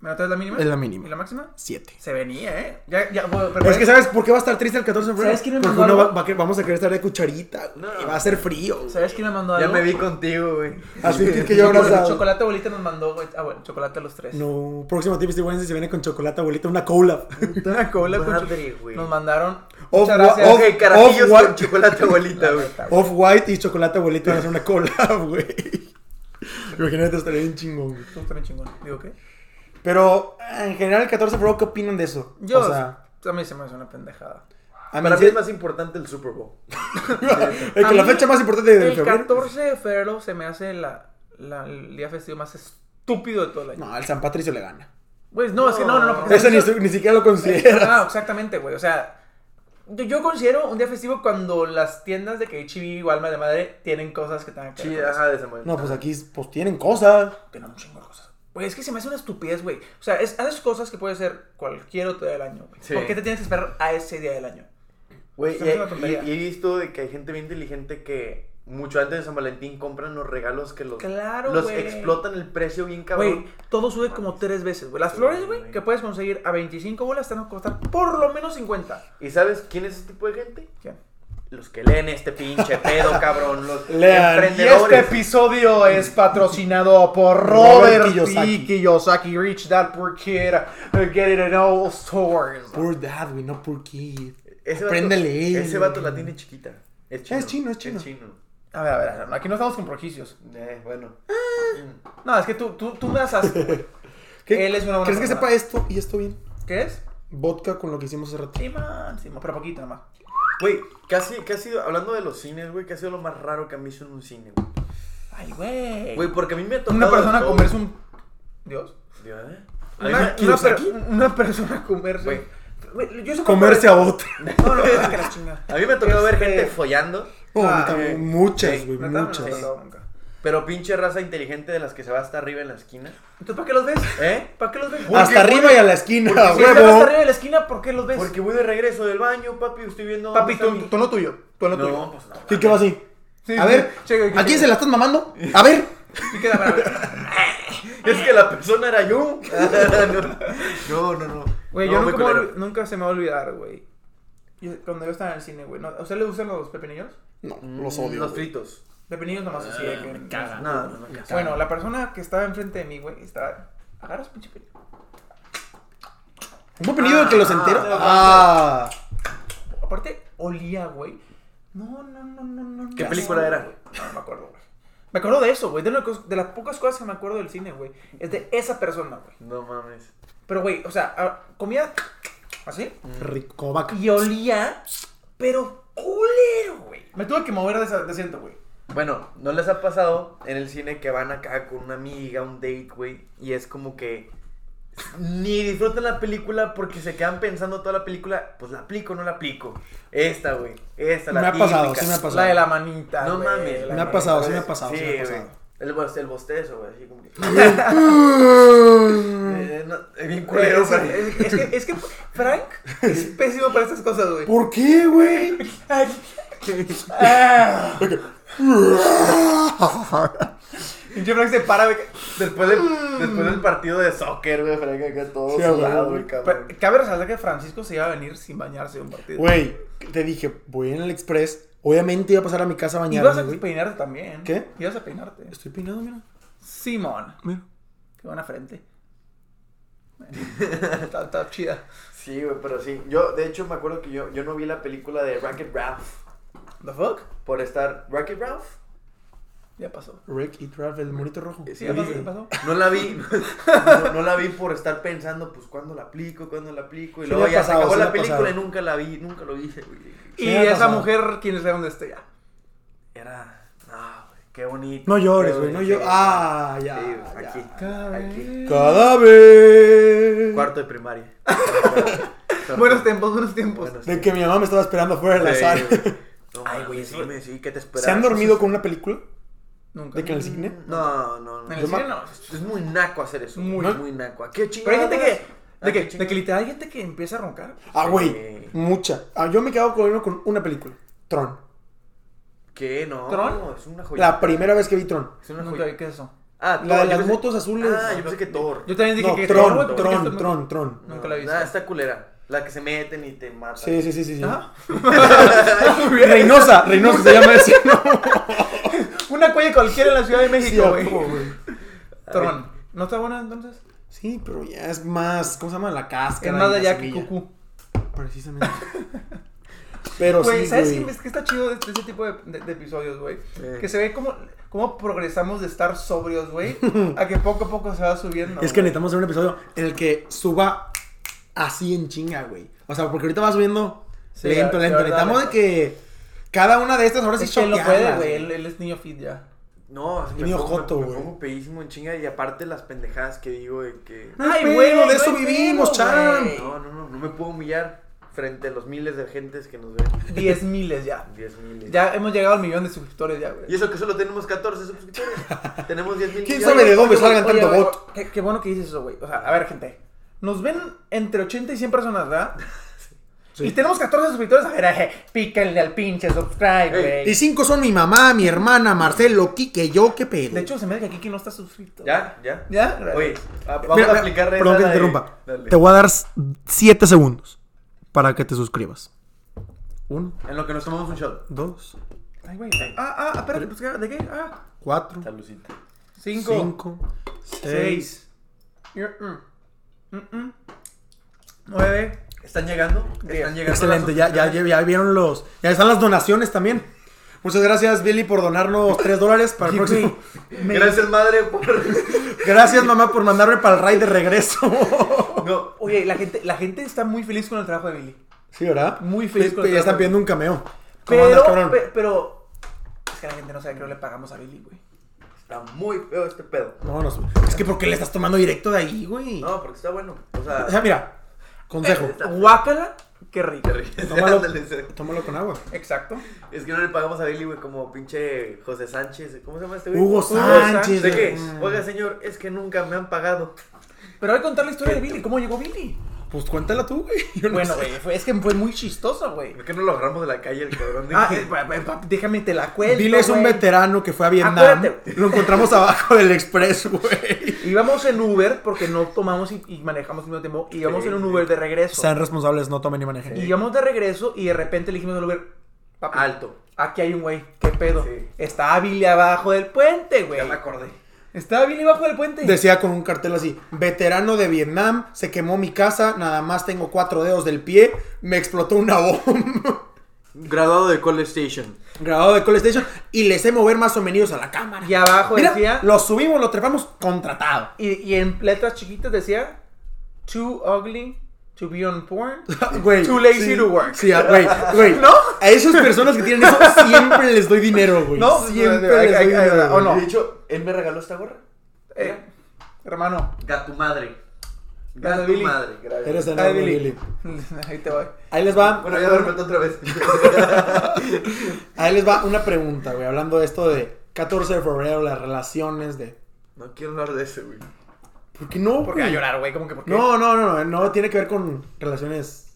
Speaker 3: ¿me notas la mínima?
Speaker 2: Es la mínima.
Speaker 3: ¿Y la máxima?
Speaker 2: 7.
Speaker 3: Se venía, ¿eh? Ya, ya, güey, pero
Speaker 2: Es que ¿sabes por qué va a estar triste el 14 de febrero?
Speaker 3: ¿Sabes quién me
Speaker 2: Porque
Speaker 3: mandó
Speaker 2: uno va,
Speaker 3: algo?
Speaker 2: va a que- vamos a querer estar de cucharita. güey,
Speaker 1: No.
Speaker 2: Va a ser frío. güey.
Speaker 3: ¿Sabes quién me mandó
Speaker 1: Ya
Speaker 3: algo?
Speaker 1: me vi contigo, güey.
Speaker 2: Así que, que yo
Speaker 3: Chocolate-
Speaker 2: abrazado.
Speaker 3: Chocolate abuelita nos mandó, güey. Ah, bueno, chocolate a los tres.
Speaker 2: No, próximo Tipsy Wednesday se viene con chocolate, abuelita, una cola.
Speaker 3: *laughs* Una cola con
Speaker 1: Madre,
Speaker 3: cho-
Speaker 1: güey.
Speaker 3: Nos mandaron.
Speaker 2: Off-
Speaker 3: Muchas gracias.
Speaker 2: off-
Speaker 1: Ok, carajillos
Speaker 2: Off-white.
Speaker 1: con chocolate abuelita, güey.
Speaker 2: Off-white y chocolate, abuelita, van a hacer una cola, *laughs* güey. Imagínate, estaría bien chingón, güey.
Speaker 3: Tú también chingón. Digo, ¿qué?
Speaker 2: Pero, en general, el 14 de febrero, ¿qué opinan de eso?
Speaker 3: Yo,
Speaker 2: o sea,
Speaker 3: a mí se me hace una pendejada.
Speaker 2: *laughs* a mí
Speaker 1: Para mí
Speaker 2: sí-
Speaker 1: es más importante el Super
Speaker 2: *laughs*
Speaker 1: Bowl.
Speaker 2: es que
Speaker 3: A
Speaker 2: la
Speaker 3: mí,
Speaker 2: fecha más importante de
Speaker 3: El
Speaker 2: febrero.
Speaker 3: 14 de febrero se me hace la, la- el día festivo más estúpido de todo el año.
Speaker 2: No, el San Patricio le gana.
Speaker 3: Pues no, es que no, no, no. porque
Speaker 2: Ese
Speaker 3: San *laughs*
Speaker 2: ni,
Speaker 3: Patricio-
Speaker 2: su- ni siquiera lo considera.
Speaker 3: Ah, exactamente, güey. O sea, yo, yo considero un día festivo cuando las tiendas de que HB o Alma de Madre tienen cosas que tengan que ver
Speaker 1: Sí,
Speaker 3: con eso.
Speaker 1: ajá, de esa manera.
Speaker 2: No, pues aquí, pues tienen cosas.
Speaker 3: que no, un chingo de cosas. Güey, es que se me hace una estupidez, güey. O sea, es, haces cosas que puede ser cualquier otro día del año, güey.
Speaker 1: Sí.
Speaker 3: ¿Por qué te tienes que esperar a ese día del año?
Speaker 1: Güey, eh,
Speaker 3: Se
Speaker 1: y,
Speaker 3: me hace una tontería.
Speaker 1: y- y he visto de que hay gente bien inteligente que mucho antes de San Valentín compran los regalos que los,
Speaker 3: Claro,
Speaker 1: los
Speaker 3: güey.
Speaker 1: explotan el precio bien
Speaker 3: Güey,
Speaker 1: cabrón.
Speaker 3: todo sube como tres veces, güey. Las
Speaker 1: Sí,
Speaker 3: flores, güey,
Speaker 1: güey.
Speaker 3: que puedes conseguir a 25 bolas, te van a costar por lo menos 50.
Speaker 1: ¿Y sabes quién es ese tipo de gente?
Speaker 3: ¿Qué?
Speaker 1: Los que leen este
Speaker 3: *laughs*
Speaker 1: pinche pedo, cabrón. Los
Speaker 2: Lean.
Speaker 3: Y este
Speaker 1: emprendedores.
Speaker 3: episodio es patrocinado por
Speaker 2: Robert
Speaker 3: Robert
Speaker 2: Kiyosaki.
Speaker 3: P. Kiyosaki. Reach that poor kid. uh, Get it in all stores.
Speaker 2: Poor dad, güey, no poor kid.
Speaker 1: Ese
Speaker 2: Apréndele él,
Speaker 1: vato, ese vato
Speaker 2: güey.
Speaker 1: la tiene chiquita. Es chino,
Speaker 2: Es chino, es chino.
Speaker 3: A ver, a ver, a ver, aquí no estamos con prejuicios.
Speaker 1: Eh, bueno.
Speaker 3: No, es que tú, tú, tú me das asco, güey. *laughs*
Speaker 2: ¿Qué?
Speaker 3: Él es una buena
Speaker 2: ¿Crees que
Speaker 3: persona.
Speaker 2: sepa esto y esto bien?
Speaker 3: ¿Qué es?
Speaker 2: Vodka con lo que hicimos hace rato.
Speaker 3: *laughs* Sí, man, sí, man, pero poquito nomás.
Speaker 1: Güey, casi, casi, hablando de los cines, güey, que ha sido lo más raro que han visto en un cine, güey.
Speaker 3: Ay, güey.
Speaker 1: Güey, porque a mí me ha tocado.
Speaker 3: Eh, Una
Speaker 1: de
Speaker 3: persona
Speaker 1: todo.
Speaker 3: comerse un... Dios.
Speaker 1: Dios, ¿eh? A mí me-
Speaker 3: Una, una, per-
Speaker 2: ¿Kiyosaki?
Speaker 3: una persona comerse...
Speaker 1: Güey.
Speaker 3: Güey, yo supongo-
Speaker 2: Comerse a otra.
Speaker 3: No, no, no, que la chingada.
Speaker 1: A mí me ha tocado ver
Speaker 3: Este-
Speaker 1: gente follando,
Speaker 2: No,
Speaker 3: Ah,
Speaker 2: neta,
Speaker 1: eh,
Speaker 2: muchas,
Speaker 1: sí,
Speaker 2: güey,
Speaker 3: Neta, no, no,
Speaker 2: muchas.
Speaker 3: no, no, nunca.
Speaker 1: pero pinche raza inteligente de las que se va hasta arriba en la esquina.
Speaker 3: Entonces, ¿para qué los ves?
Speaker 1: ¿Eh?
Speaker 3: ¿Para qué los ves?
Speaker 1: Porque,
Speaker 2: Hasta arriba
Speaker 1: güey,
Speaker 2: y a la esquina,
Speaker 1: porque
Speaker 2: a
Speaker 3: Si estás
Speaker 2: huevo.
Speaker 3: arriba de la esquina, ¿por qué los ves?
Speaker 1: Porque voy de regreso del baño, papi, estoy viendo.
Speaker 3: Papi,
Speaker 1: dónde
Speaker 3: tú,
Speaker 1: está
Speaker 3: tú no tuyo. Tú no
Speaker 1: mi-
Speaker 3: tuyo.
Speaker 1: No, pues no.
Speaker 2: ¿Y qué va así?
Speaker 3: Sí,
Speaker 2: a
Speaker 3: sí.
Speaker 2: ver,
Speaker 3: Sí, güey,
Speaker 2: ¿a
Speaker 3: sí.
Speaker 2: quién se la están mamando? A ver.
Speaker 3: Y queda, a ver, a ver.
Speaker 1: Es que la persona era
Speaker 2: *laughs*
Speaker 1: yo. no, no, no.
Speaker 3: Güey,
Speaker 1: No,
Speaker 3: yo
Speaker 1: muy
Speaker 3: nunca, me voy a
Speaker 1: culero.
Speaker 3: olvi- nunca se me va a olvidar, güey. Yo- Cuando yo estaba en el cine, güey. ¿no? ¿A usted le gustan los pepinillos?
Speaker 2: No,
Speaker 1: Mm,
Speaker 2: los odio.
Speaker 1: Los
Speaker 2: güey. Ah,
Speaker 1: fritos.
Speaker 3: Pepinillos nomás así. de que-
Speaker 1: No, no, no.
Speaker 3: Bueno, la persona que estaba enfrente de mí, güey, estaba... Agarras pinche pepinillo.
Speaker 2: Un pepinillo de que los
Speaker 1: Ah,
Speaker 2: entero.
Speaker 1: no, no, no.
Speaker 2: Ah,
Speaker 3: Aparte, olía, güey. No, no, no, no, no.
Speaker 1: ¿Qué
Speaker 3: no,
Speaker 1: película
Speaker 3: no,
Speaker 1: era?
Speaker 3: güey. No, me acuerdo, güey. Me acuerdo de eso, güey. De, una cos- de las pocas cosas que me acuerdo del cine, güey. Es de esa persona, güey.
Speaker 1: No mames.
Speaker 3: Pero, güey, o sea, a- comía así.
Speaker 2: rico, como
Speaker 3: *laughs*
Speaker 2: vaca.
Speaker 3: Y olía, pero culero, güey. Me tuve que mover de, esa- de asiento, güey.
Speaker 1: Bueno, ¿no les ha pasado en el cine que van acá con una amiga, un date, güey? Y es como que ni disfrutan la película porque se quedan pensando toda la película, pues la aplico o no la aplico. Esta, güey. Esta, la
Speaker 2: Me ha pasado,
Speaker 1: típica.
Speaker 2: sí me ha pasado.
Speaker 3: La de la manita.
Speaker 1: No
Speaker 3: güey,
Speaker 1: mames. la
Speaker 3: la
Speaker 2: Me ha
Speaker 3: neta,
Speaker 2: pasado,
Speaker 1: neta,
Speaker 2: sí me ha
Speaker 1: güey.
Speaker 2: pasado, sí me ha
Speaker 1: güey.
Speaker 2: pasado.
Speaker 1: El, bo- el bostezo, güey, así como que...
Speaker 2: Mm,
Speaker 1: Eh, no, es bien
Speaker 3: güey.
Speaker 1: culero,
Speaker 3: Es,
Speaker 1: güey.
Speaker 2: eh.
Speaker 3: es- es que, es que Frank
Speaker 1: *laughs*
Speaker 3: es pésimo para estas cosas, güey.
Speaker 2: ¿Por qué,
Speaker 3: *laughs*
Speaker 2: güey?
Speaker 3: Ay. Ah.
Speaker 2: *laughs* Ah,
Speaker 3: Pinche Frank se para, güey.
Speaker 1: Después, de- después del partido de soccer, güey, Frank acá todo
Speaker 2: Mm. Sí, a
Speaker 1: sudado,
Speaker 2: huevo,
Speaker 1: güey,
Speaker 2: güey.
Speaker 1: cabrón.
Speaker 3: Pero Cabe resaltar que Francisco se iba a venir sin bañarse de un partido.
Speaker 2: Güey, te dije, voy en el express. Obviamente iba a pasar a mi casa a
Speaker 3: Ibas
Speaker 2: bañarme,
Speaker 3: a
Speaker 2: güey.
Speaker 3: peinarte también.
Speaker 2: ¿Qué?
Speaker 3: Ibas a peinarte.
Speaker 2: Estoy peinado, mira.
Speaker 3: Simón.
Speaker 2: Mira.
Speaker 3: Qué buena frente. está, está
Speaker 2: *laughs*
Speaker 3: chida.
Speaker 1: Sí, güey, pero sí. Yo, de hecho, me acuerdo que yo, yo no vi la película de Racket Ralph
Speaker 3: ¿The fuck?
Speaker 1: por estar... ¿Racket Ralph?
Speaker 3: Ya pasó.
Speaker 2: Rick y Trav, el morito rojo.
Speaker 3: Sí,
Speaker 1: ya
Speaker 3: ya pasó,
Speaker 1: dije.
Speaker 3: ya pasó.
Speaker 1: No la
Speaker 2: *laughs*
Speaker 1: vi, no, no la vi por estar pensando, pues, ¿cuándo la aplico? ¿Cuándo la aplico? Y
Speaker 2: Sí
Speaker 1: luego
Speaker 2: me ha
Speaker 1: ya
Speaker 2: pasado,
Speaker 1: se acabó
Speaker 2: sí me
Speaker 1: la
Speaker 2: ha
Speaker 1: película
Speaker 2: pasado.
Speaker 1: y nunca la vi, nunca lo hice, güey.
Speaker 2: Sí,
Speaker 3: Y
Speaker 2: ya
Speaker 3: esa
Speaker 2: pasó.
Speaker 3: mujer, quién sabe dónde está ya.
Speaker 1: Era... Ah, güey, qué bonito.
Speaker 2: No llores,
Speaker 1: Qué
Speaker 2: güey, no
Speaker 1: bonito.
Speaker 2: llores. Ah, ya,
Speaker 1: Sí, güey,
Speaker 2: ya.
Speaker 1: aquí,
Speaker 3: Cada
Speaker 1: aquí.
Speaker 3: vez.
Speaker 2: Cada vez.
Speaker 1: Cuarto de
Speaker 2: *laughs*
Speaker 1: primaria.
Speaker 2: este
Speaker 3: Buenos tiempos, buenos tiempos.
Speaker 1: Buenos
Speaker 2: Pues, De que mi mamá me estaba esperando afuera de la
Speaker 1: Sí,
Speaker 2: *laughs* sala.
Speaker 1: güey. No,
Speaker 3: Ay,
Speaker 1: Ay,
Speaker 3: güey,
Speaker 1: güey,
Speaker 3: sí.
Speaker 1: sí, me- sí, ¿qué te esperas?
Speaker 2: ¿Se han dormido con una película?
Speaker 3: Nunca.
Speaker 2: ¿De que en el cine?
Speaker 1: No, no, no.
Speaker 3: En
Speaker 2: Yo
Speaker 3: el
Speaker 2: Ah, me-
Speaker 3: cine no.
Speaker 1: Es muy naco hacer eso.
Speaker 3: Muy.
Speaker 1: Muy, muy naco. ¿A qué
Speaker 3: Pero hay
Speaker 1: chingados?
Speaker 3: gente que.
Speaker 1: ¿A qué
Speaker 3: De que, de que
Speaker 1: chingados?
Speaker 3: literal hay gente que empieza a roncar.
Speaker 2: Ah,
Speaker 1: Sí.
Speaker 2: güey, mucha. Ah, yo me he quedado con uno con una película. Tron.
Speaker 1: ¿Qué? No.
Speaker 3: ¿Tron?
Speaker 1: Es una joya.
Speaker 2: La primera vez que vi Tron.
Speaker 1: Es una
Speaker 3: Nunca
Speaker 1: joya.
Speaker 3: vi que es eso.
Speaker 1: Ah,
Speaker 2: La de
Speaker 1: Thor, yo
Speaker 2: las
Speaker 1: pensé-
Speaker 2: motos azules.
Speaker 1: Ah, yo pensé que Thor.
Speaker 3: Yo también dije
Speaker 2: No,
Speaker 3: que.
Speaker 2: Tron,
Speaker 3: güey, porque esto-
Speaker 2: Tron, Tron, Tron.
Speaker 1: No,
Speaker 3: Nunca la he
Speaker 2: Ah,
Speaker 3: visto.
Speaker 1: Nada, está culera. La que se meten y te matan.
Speaker 2: Sí, sí, sí, sí. sí.
Speaker 3: *laughs* Ajá.
Speaker 2: Reynosa, Reynosa se llama ese. No,
Speaker 3: Una cuella cualquiera en la Ciudad de
Speaker 2: sí,
Speaker 3: México, güey.
Speaker 2: ojo, güey.
Speaker 3: Tron. ¿No está buena entonces?
Speaker 2: Sí, pero ya es más, ¿cómo se llama? La
Speaker 3: Es
Speaker 2: cáscara.
Speaker 3: más de
Speaker 2: y la
Speaker 3: allá que
Speaker 2: semilla.
Speaker 3: cucú. *laughs*
Speaker 2: Precisamente. Pero
Speaker 3: Güey,
Speaker 2: sí,
Speaker 3: ¿sabes
Speaker 2: güey.
Speaker 3: qué es que está chido de, de este tipo de, de- de episodios, güey?
Speaker 1: Eh.
Speaker 3: Que se ve cómo, cómo progresamos de estar
Speaker 2: *laughs*
Speaker 3: sobrios, güey, a que poco a poco se va subiendo.
Speaker 2: Es que
Speaker 3: güey.
Speaker 2: necesitamos hacer un episodio en el que suba así en chinga, güey. O sea, porque ahorita va subiendo
Speaker 3: Sí,
Speaker 2: lento,
Speaker 3: la-
Speaker 2: lento.
Speaker 3: la verdad,
Speaker 2: Necesitamos de
Speaker 3: la-
Speaker 2: que cada una de estas ahora sí
Speaker 3: Es que él no puede,
Speaker 2: choquearlas,
Speaker 3: güey. Él, él es niño fit ya.
Speaker 1: No, me
Speaker 2: niño
Speaker 1: pongo-
Speaker 2: joto,
Speaker 1: me
Speaker 2: güey.
Speaker 1: pongo pedísimo en chinga y aparte las pendejadas que digo de que...
Speaker 2: No hay pedo, de eso
Speaker 3: hay
Speaker 2: vivimos,
Speaker 3: pedo,
Speaker 2: Chan.
Speaker 3: güey.
Speaker 1: No, no, no, no me puedo humillar frente a los miles de gentes que nos ven.
Speaker 3: Diez miles ya.
Speaker 1: Diez miles.
Speaker 3: Ya hemos llegado al millón de suscriptores ya,
Speaker 1: Y
Speaker 3: güey.
Speaker 1: eso que solo tenemos 14 suscriptores.
Speaker 2: *laughs*
Speaker 1: tenemos 10 mil.
Speaker 2: ¿Quién
Speaker 1: millones.
Speaker 2: sabe de dónde
Speaker 3: Oye,
Speaker 2: salgan
Speaker 3: güey,
Speaker 2: tanto
Speaker 3: oye,
Speaker 2: bot?
Speaker 3: güey, Qué, qué bueno que dices eso, güey. O sea, a ver, gente. Nos ven entre 80 y 100 personas, ¿verdad?
Speaker 2: *laughs* Sí.
Speaker 3: Y tenemos 14 suscriptores. A ver, eh, píquenle al pinche subscribe,
Speaker 1: Ey,
Speaker 3: güey.
Speaker 2: Y cinco son mi mamá, mi hermana, Marcelo, Quique, yo, qué pedo.
Speaker 3: De hecho, se me hace que Kiki no está suscrito.
Speaker 1: ¿Ya? ¿Ya?
Speaker 3: ¿Ya?
Speaker 1: Oye, a- vamos
Speaker 2: Mira,
Speaker 1: a
Speaker 2: mira,
Speaker 1: aplicar esa
Speaker 2: Perdón que te
Speaker 1: la de-
Speaker 2: interrumpa.
Speaker 1: Dale.
Speaker 2: Te voy a dar 7 segundos para que te suscribas. Uno,
Speaker 1: En lo que nos tomamos un shot.
Speaker 2: dos,
Speaker 3: Ay, güey. Ah, ah, espérate, pues, ¿de qué? Ah,
Speaker 2: cuatro,
Speaker 1: Salucita.
Speaker 3: cinco.
Speaker 2: cinco, seis.
Speaker 1: Seis.
Speaker 3: Mm, mm, mm. Nueve.
Speaker 2: *laughs*
Speaker 1: ¿Están llegando?
Speaker 3: Diez.
Speaker 1: ¿Están llegando?
Speaker 2: Excelente,
Speaker 1: las
Speaker 2: ya, ya,
Speaker 1: suscripciones?
Speaker 2: ya vieron los. Ya están las donaciones también. Muchas gracias, Billy, por donarnos 3 dólares para el próximo.
Speaker 3: Me-
Speaker 1: Gracias, madre,
Speaker 2: *laughs*
Speaker 1: por... *laughs*
Speaker 2: Gracias, mamá, por mandarme para el raid de
Speaker 3: *laughs*
Speaker 2: regreso.
Speaker 1: no,
Speaker 3: Oye, la gente, la gente está muy feliz con el trabajo de Billy.
Speaker 2: Sí, ¿verdad?
Speaker 3: Muy feliz con el
Speaker 2: Ya están
Speaker 3: trabajo.
Speaker 2: pidiendo un cameo. ¿Cómo andas,
Speaker 3: Pero,
Speaker 2: cabrón?
Speaker 3: pe- pero. Es que la gente no sabe que no le pagamos a Billy, güey.
Speaker 1: está muy feo este pedo.
Speaker 2: No, no, es que ¿por qué le estás tomando directo de ahí, güey?
Speaker 1: No, porque está bueno. O
Speaker 2: O sea,
Speaker 1: sea...
Speaker 2: mira, consejo.
Speaker 3: Guácala, qué rico.
Speaker 1: *laughs*
Speaker 2: Tómalo,
Speaker 1: ándale, sí.
Speaker 2: tómalo con agua.
Speaker 3: Exacto.
Speaker 1: *laughs* Es que no le pagamos a Billy, güey, como pinche José Sánchez. ¿Cómo se llama este güey?
Speaker 2: Hugo
Speaker 3: Sánchez,
Speaker 2: Sánchez.
Speaker 1: ¿De
Speaker 2: güey. Mm.
Speaker 1: qué? Oiga, señor, es que nunca me han pagado.
Speaker 3: Pero hay que contar la historia de Billy, cómo llegó Billy.
Speaker 2: Pues cuéntala tú, güey. *laughs* Yo no
Speaker 3: Bueno,
Speaker 2: sé.
Speaker 3: güey, fue- es que fue muy chistoso, güey.
Speaker 1: ¿Por qué no lo agarramos de la calle el cabrón?
Speaker 3: Ah, eh, pa- pa- pa- déjame te la cuento.
Speaker 2: Billy es un
Speaker 3: güey.
Speaker 2: veterano que fue a Vietnam.
Speaker 3: Acuérdate,
Speaker 2: Lo encontramos abajo del express, güey.
Speaker 3: Íbamos en Uber porque no tomamos y, y manejamos al mismo tiempo. y Íbamos
Speaker 1: Sí,
Speaker 3: en un
Speaker 1: sí.
Speaker 3: Uber de regreso.
Speaker 2: Sean responsables, no tomen ni manejen.
Speaker 3: Y Íbamos de regreso y de repente le dijimos al Uber, papi,
Speaker 1: Alto.
Speaker 3: aquí hay un güey, qué pedo.
Speaker 1: Sí.
Speaker 3: Está Billy abajo del puente, güey.
Speaker 1: Ya me acordé.
Speaker 3: Está Billy abajo del puente.
Speaker 2: Decía con un cartel así, veterano de Vietnam, se quemó mi casa, nada más tengo cuatro dedos del pie, me explotó una bomba. *laughs*
Speaker 1: Graduado de College Station.
Speaker 2: Grabado de Call Station y les sé mover más o menos a la cámara.
Speaker 3: Y abajo
Speaker 2: Mira,
Speaker 3: decía,
Speaker 2: lo subimos, lo trepamos, contratado.
Speaker 3: y, y en letras chiquitas decía, too ugly to be on
Speaker 2: *laughs*
Speaker 3: porn.
Speaker 2: Güey,
Speaker 3: Too lazy
Speaker 2: sí,
Speaker 3: to work.
Speaker 2: Sí, ah, *laughs* güey, güey.
Speaker 3: ¿No?
Speaker 2: A esas personas que tienen eso siempre les doy dinero, güey.
Speaker 3: No,
Speaker 2: siempre
Speaker 3: ay,
Speaker 2: les
Speaker 3: ay,
Speaker 2: doy
Speaker 3: ay,
Speaker 2: dinero.
Speaker 3: ay, ¿o
Speaker 2: güey.
Speaker 3: no?
Speaker 1: De hecho, él me regaló esta gorra.
Speaker 3: Eh, hermano,
Speaker 1: Gatu madre.
Speaker 3: Gracias,
Speaker 1: Gatu
Speaker 3: Billy.
Speaker 1: madre. Gracias.
Speaker 2: Eres
Speaker 3: ay,
Speaker 2: el nuevo
Speaker 3: Billy.
Speaker 2: Billy.
Speaker 3: *laughs* ahí te voy.
Speaker 2: Ahí les va.
Speaker 1: Bueno, ya duérmete otra vez. *laughs*
Speaker 2: Ahí les va una pregunta, güey. Hablando de esto de 14 de febrero, las relaciones de.
Speaker 1: no quiero hablar de ese, güey.
Speaker 2: ¿Por qué no?
Speaker 3: Porque a
Speaker 2: güey?
Speaker 3: llorar, güey, como que porque...
Speaker 2: No, no, no, no. No tiene que ver con relaciones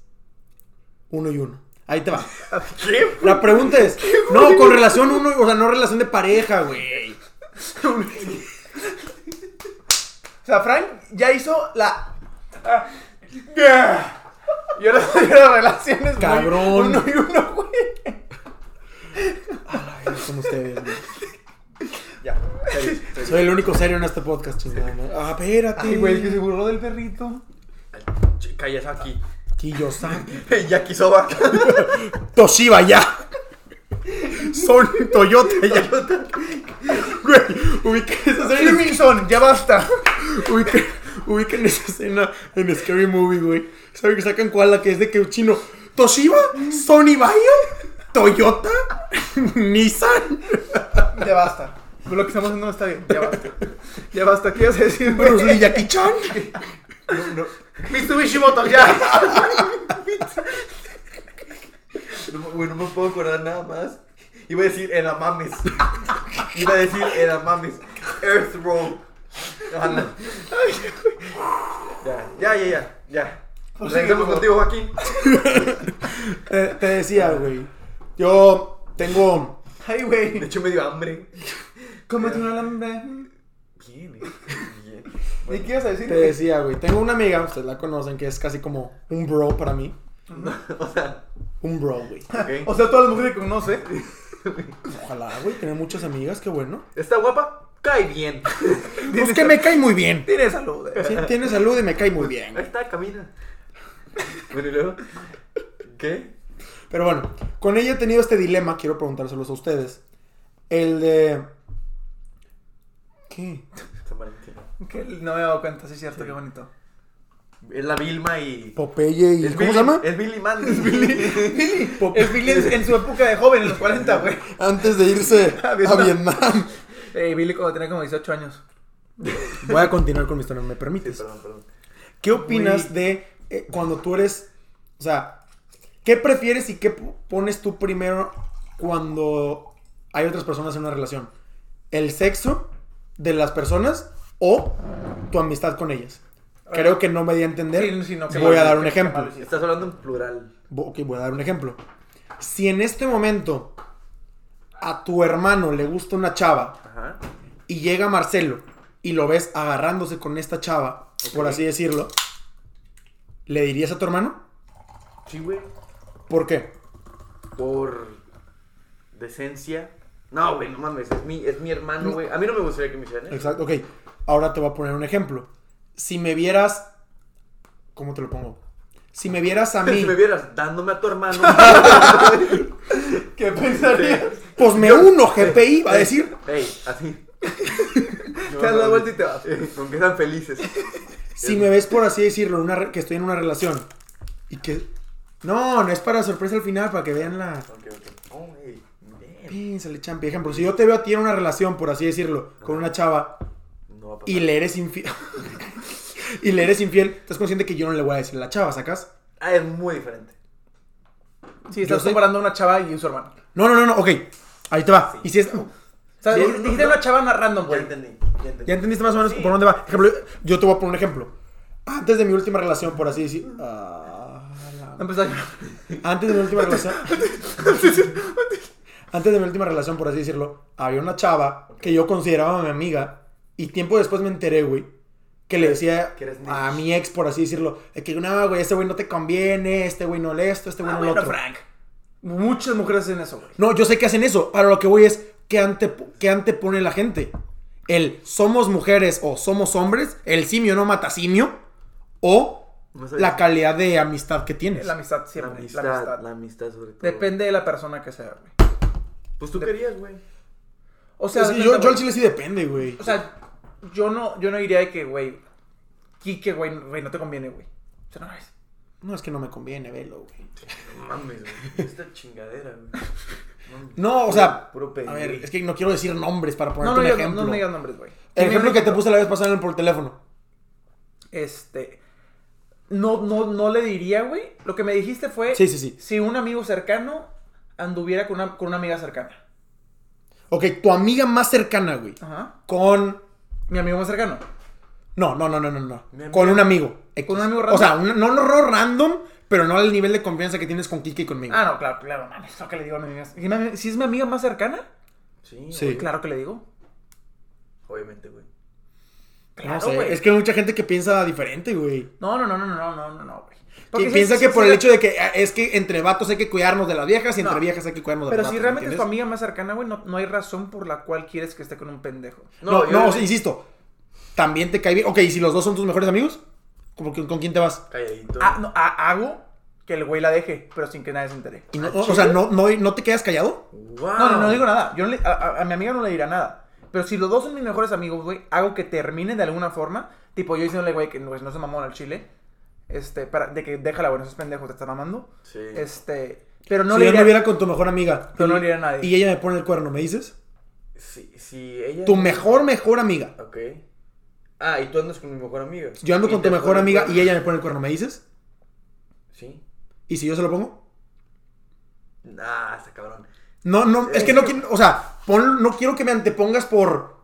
Speaker 2: uno y uno. Ahí
Speaker 3: *laughs*
Speaker 2: te va.
Speaker 1: ¿Qué?
Speaker 2: La pregunta es. No, con relación uno, o sea, no relación de pareja, güey.
Speaker 3: O sea, Frank ya hizo la... Ah.
Speaker 1: Yo no soy de relaciones.
Speaker 2: Cabrón.
Speaker 3: Uno y uno, güey.
Speaker 2: Ay, son ustedes, güey.
Speaker 1: Ya. serio, serio.
Speaker 2: Soy el único serio en este podcast, chingada. madre. Ah, espérate.
Speaker 3: Ay, güey, el que se burló del perrito.
Speaker 1: Ch- Callas aquí. *laughs*
Speaker 2: Kiyosaki.
Speaker 1: Yakisoba. *laughs*
Speaker 2: Toshiba ya. Son Toyota ya. Güey, ubiquen esa escena.
Speaker 3: Wilson, ya basta.
Speaker 2: *laughs* Ubiquen, ubiquen esa escena en Scary Movie, güey. ¿Saben que sacan cuál la que es de que un chino? Toshiba, Sony Bayo, Toyota, *laughs* Nissan.
Speaker 3: Ya basta. Lo que estamos haciendo no está bien. Ya basta. Ya basta. ¿Qué ibas a decir,
Speaker 2: *laughs*
Speaker 3: güey?
Speaker 2: Bruce Lee, Jackie Chan.
Speaker 1: Mitsubishi Motor, ya. No, me- güey, no me puedo acordar nada más. Iba a decir el amames. Iba a decir el amames. Earth Row. Ah, no. Ya, ya, ya, ya. ya. Regresemos contigo, Joaquín.
Speaker 2: Te, te decía, güey. Yo tengo.
Speaker 3: Ay,
Speaker 1: De
Speaker 3: güey.
Speaker 1: hecho, me dio hambre.
Speaker 3: Cómete un alambre.
Speaker 1: Bien, eh. Bien.
Speaker 3: ¿Y qué ibas a decir?
Speaker 2: Te decía, güey. Tengo una amiga, ustedes la conocen, que es casi como un bro para mí.
Speaker 1: O sea,
Speaker 2: Un bro, güey.
Speaker 1: ok.
Speaker 3: O sea, todas las mujeres que conoce.
Speaker 2: Ojalá, güey, tener muchas amigas,
Speaker 1: *laughs*
Speaker 2: qué bueno.
Speaker 1: ¿Está guapa? Cae bien.
Speaker 2: Es que me cae muy bien.
Speaker 3: Tiene salud. eh.
Speaker 2: Sí, tiene salud y me cae muy
Speaker 1: Ahí
Speaker 2: bien.
Speaker 1: está, camina. Bueno, y luego. ¿Qué?
Speaker 2: Pero bueno, con ella he tenido este dilema, quiero preguntárselos a ustedes. El de... ¿Qué?
Speaker 1: San Valentín.
Speaker 3: Que no me he dado cuenta, sí es cierto, qué bonito.
Speaker 1: Es la Vilma y.
Speaker 2: Popeye y...
Speaker 1: Es
Speaker 2: ¿Cómo
Speaker 1: Billy-
Speaker 2: se llama?
Speaker 1: Es Billy Mandy. Es Billy.
Speaker 2: Pope-
Speaker 3: Es Billy en, en su época de joven, en los 40, güey.
Speaker 2: Antes Ah, de *laughs* irse
Speaker 3: A
Speaker 2: a
Speaker 3: Vietnam.
Speaker 2: Vietnam.
Speaker 3: Eh, Billy cuando tenía como 18 años.
Speaker 2: Voy a continuar con mi historia, ¿me
Speaker 1: *laughs*
Speaker 2: permites?
Speaker 1: perdón, perdón.
Speaker 2: ¿Qué opinas de eh, cuando tú eres... O sea, ¿qué prefieres y qué p- pones tú primero cuando hay otras personas en una relación? ¿El sexo de las personas o tu amistad con ellas? Creo que no me di a entender.
Speaker 3: Ah. Sí, sí, no, qué
Speaker 2: voy a
Speaker 3: mal,
Speaker 2: dar
Speaker 3: qué-
Speaker 2: un
Speaker 3: qué
Speaker 2: ejemplo.
Speaker 3: mal hiciste.
Speaker 1: Estás hablando en plural.
Speaker 2: Bo- Ok, voy a dar un ejemplo. Si en este momento a tu hermano le gusta una chava
Speaker 1: Ajá.
Speaker 2: y llega Marcelo y lo ves agarrándose con esta chava, por así decirlo, ¿le dirías a tu hermano?
Speaker 1: Sí, güey.
Speaker 2: ¿Por qué?
Speaker 1: Por decencia. No, güey, no mames. Es mi, es mi hermano, güey. A mí no me gustaría que me hicieran ¿eh? eso.
Speaker 2: Exacto, ok. Ahora te voy a poner un ejemplo. Si me vieras... ¿Cómo te lo pongo? Si me vieras
Speaker 1: *laughs*
Speaker 2: a mí...
Speaker 1: Si me vieras dándome a tu hermano.
Speaker 3: ¿Qué pensarías?
Speaker 2: Pues me uno, GPI, va a decir.
Speaker 1: Ey, así.
Speaker 3: Te das la vuelta y te vas.
Speaker 1: *laughs* Con que sean felices.
Speaker 2: Si me ves, por así decirlo, en una re- que estoy en una relación y que... No, no es para sorpresa al final, para que vean la...
Speaker 1: Ok, ok. Oh, ey. damn.
Speaker 2: Piénsale, champi. Ejemplo, si yo te veo a ti en una relación, por así decirlo, con una chava
Speaker 1: No va a pasar.
Speaker 2: y le eres infiel. *laughs* y le eres infiel, estás consciente que yo no le voy a decir a la chava, ¿sacas?
Speaker 1: Ah, es muy diferente.
Speaker 3: Sí,
Speaker 2: Yo
Speaker 3: estás
Speaker 2: soy-
Speaker 3: comparando a una chava y su hermano.
Speaker 2: No, no, no, no, ok. Ahí te va. Y si es.
Speaker 3: O sea,
Speaker 1: Sí,
Speaker 3: di- dijiste
Speaker 1: no.
Speaker 3: una chava na- random,
Speaker 1: Ya
Speaker 3: güey.
Speaker 1: entendí. Ya entendí.
Speaker 2: ¿Ya entendiste más o menos por dónde va? Ejemplo, yo te voy a poner un ejemplo. Antes de mi última relación, por así decir. Ah, la-
Speaker 3: Empezó a llorar.
Speaker 2: Antes de mi última relación. Antes de mi última relación, por así decirlo, había una chava que yo consideraba mi amiga. Y tiempo después me enteré, güey, que le decía
Speaker 1: que eres
Speaker 2: a
Speaker 1: niche.
Speaker 2: mi ex, por así decirlo, de que no, güey, este güey no te conviene, este güey no le esto, este güey
Speaker 3: Ah,
Speaker 2: no lo
Speaker 3: bueno,
Speaker 2: otro.
Speaker 3: Frank. Muchas mujeres hacen eso, güey.
Speaker 2: No, yo sé que hacen eso, pero lo que voy es que ante, que antepone la gente. El somos mujeres o somos hombres, el simio no mata simio, o
Speaker 1: No sé.
Speaker 2: la calidad de amistad que tienes.
Speaker 3: La amistad
Speaker 1: La
Speaker 3: siempre.
Speaker 1: amistad, la amistad. sobre todo.
Speaker 3: Depende de la persona que sea, güey.
Speaker 1: Pues tú querías, güey.
Speaker 3: O sea,
Speaker 2: Es que
Speaker 3: depende,
Speaker 2: yo, yo
Speaker 3: güey.
Speaker 2: al chile Pues sí depende, güey.
Speaker 3: O sea, yo no, yo no diría de que, güey, Quique, güey, no- güey, no te conviene, güey. O sea, no es.
Speaker 2: No es que no me conviene, velo, güey.
Speaker 1: No mames,
Speaker 2: *laughs*
Speaker 1: güey. Esta chingadera, güey. Mames.
Speaker 2: No, o sea,
Speaker 1: Puro
Speaker 2: a
Speaker 1: pedigrí.
Speaker 2: ver, es que no quiero decir nombres para
Speaker 3: No,
Speaker 2: ponerte
Speaker 3: no,
Speaker 2: un
Speaker 3: yo,
Speaker 2: ejemplo.
Speaker 3: no, no digas nombres, güey.
Speaker 2: el
Speaker 3: Dime
Speaker 2: ejemplo
Speaker 3: un
Speaker 2: que te puse la vez pasada en el- por teléfono.
Speaker 3: Este. No, no, no le diría, güey. Lo que me dijiste fue.
Speaker 2: Sí, sí, sí.
Speaker 3: Si un amigo cercano anduviera con una, con una amiga cercana.
Speaker 2: Ok, tu amiga más cercana, güey.
Speaker 3: Ajá.
Speaker 2: Con.
Speaker 3: Mi amigo más cercano.
Speaker 2: No, no, no, no, no, no.
Speaker 1: Mi amiga-
Speaker 2: Con un amigo.
Speaker 3: ¿Con un amigo
Speaker 2: O
Speaker 3: random?
Speaker 2: sea, un- no, no, no random, pero no al nivel de confianza que tienes con Kiki y conmigo.
Speaker 3: Ah, no, claro, claro, mames. Eso que le digo a mi amiga. Si, me- si es mi amiga más cercana,
Speaker 1: Sí,
Speaker 2: Sí.
Speaker 1: obvio-
Speaker 3: claro que le digo.
Speaker 1: Obviamente, güey.
Speaker 2: No
Speaker 3: Claro,
Speaker 2: sé,
Speaker 3: güey.
Speaker 2: es que hay mucha gente que piensa diferente, güey.
Speaker 3: No, no, no, no, no, no, no, no, güey.
Speaker 2: Que
Speaker 3: Porque si-
Speaker 2: piensa
Speaker 3: si-
Speaker 2: que
Speaker 3: si
Speaker 2: por el
Speaker 3: la-
Speaker 2: hecho de que ah, es que entre vatos hay que cuidarnos de las viejas y entre
Speaker 3: No.
Speaker 2: viejas hay que cuidarnos de
Speaker 3: Pero
Speaker 2: los
Speaker 3: si
Speaker 2: vatos,
Speaker 3: realmente
Speaker 2: ¿me
Speaker 3: es tu
Speaker 2: entiendes?
Speaker 3: amiga más cercana, güey, no, no hay razón por la cual quieres que esté con un pendejo.
Speaker 2: No, no,
Speaker 1: yo-
Speaker 2: o sea, insisto. También te cae bien. Ok, ¿y si los dos son tus mejores amigos? ¿Cómo que- ¿Con quién te vas?
Speaker 1: Calladito.
Speaker 3: Ah, no, ah, hago que el güey la deje, pero sin que nadie se entere.
Speaker 2: Y no- o sea, no, no, ¿no te quedas callado?
Speaker 1: Wow.
Speaker 3: No, no, no digo nada. Yo no le- a, a- a mi amiga no le dirá nada. Pero si los dos son mis mejores amigos, güey, hago que terminen de alguna forma. Tipo, yo diciéndole, güey, que pues, no se mamó al chile. Este, para, de que déjala, güey, no seas pendejo, te está mamando.
Speaker 1: Sí.
Speaker 3: Este, pero no
Speaker 2: si
Speaker 3: le
Speaker 2: yo
Speaker 3: diré.
Speaker 2: anduviera con tu mejor amiga.
Speaker 3: Pero
Speaker 2: y-
Speaker 3: no le diré a nadie.
Speaker 2: Y ella me pone el cuerno, ¿me dices?
Speaker 1: Si, si ella.
Speaker 2: Tu mejor, mejor amiga.
Speaker 1: Ok. Ah, y tú andas con mi mejor amiga.
Speaker 2: Yo ando
Speaker 1: Y
Speaker 2: con
Speaker 1: te
Speaker 2: tu mejor
Speaker 1: pones-
Speaker 2: amiga y ella me pone el cuerno, ¿me dices?
Speaker 1: Sí.
Speaker 2: ¿Y si yo se lo pongo?
Speaker 1: Nah, está cabrón.
Speaker 2: No, no, es que no quiero, o sea, pon- no quiero que me antepongas por,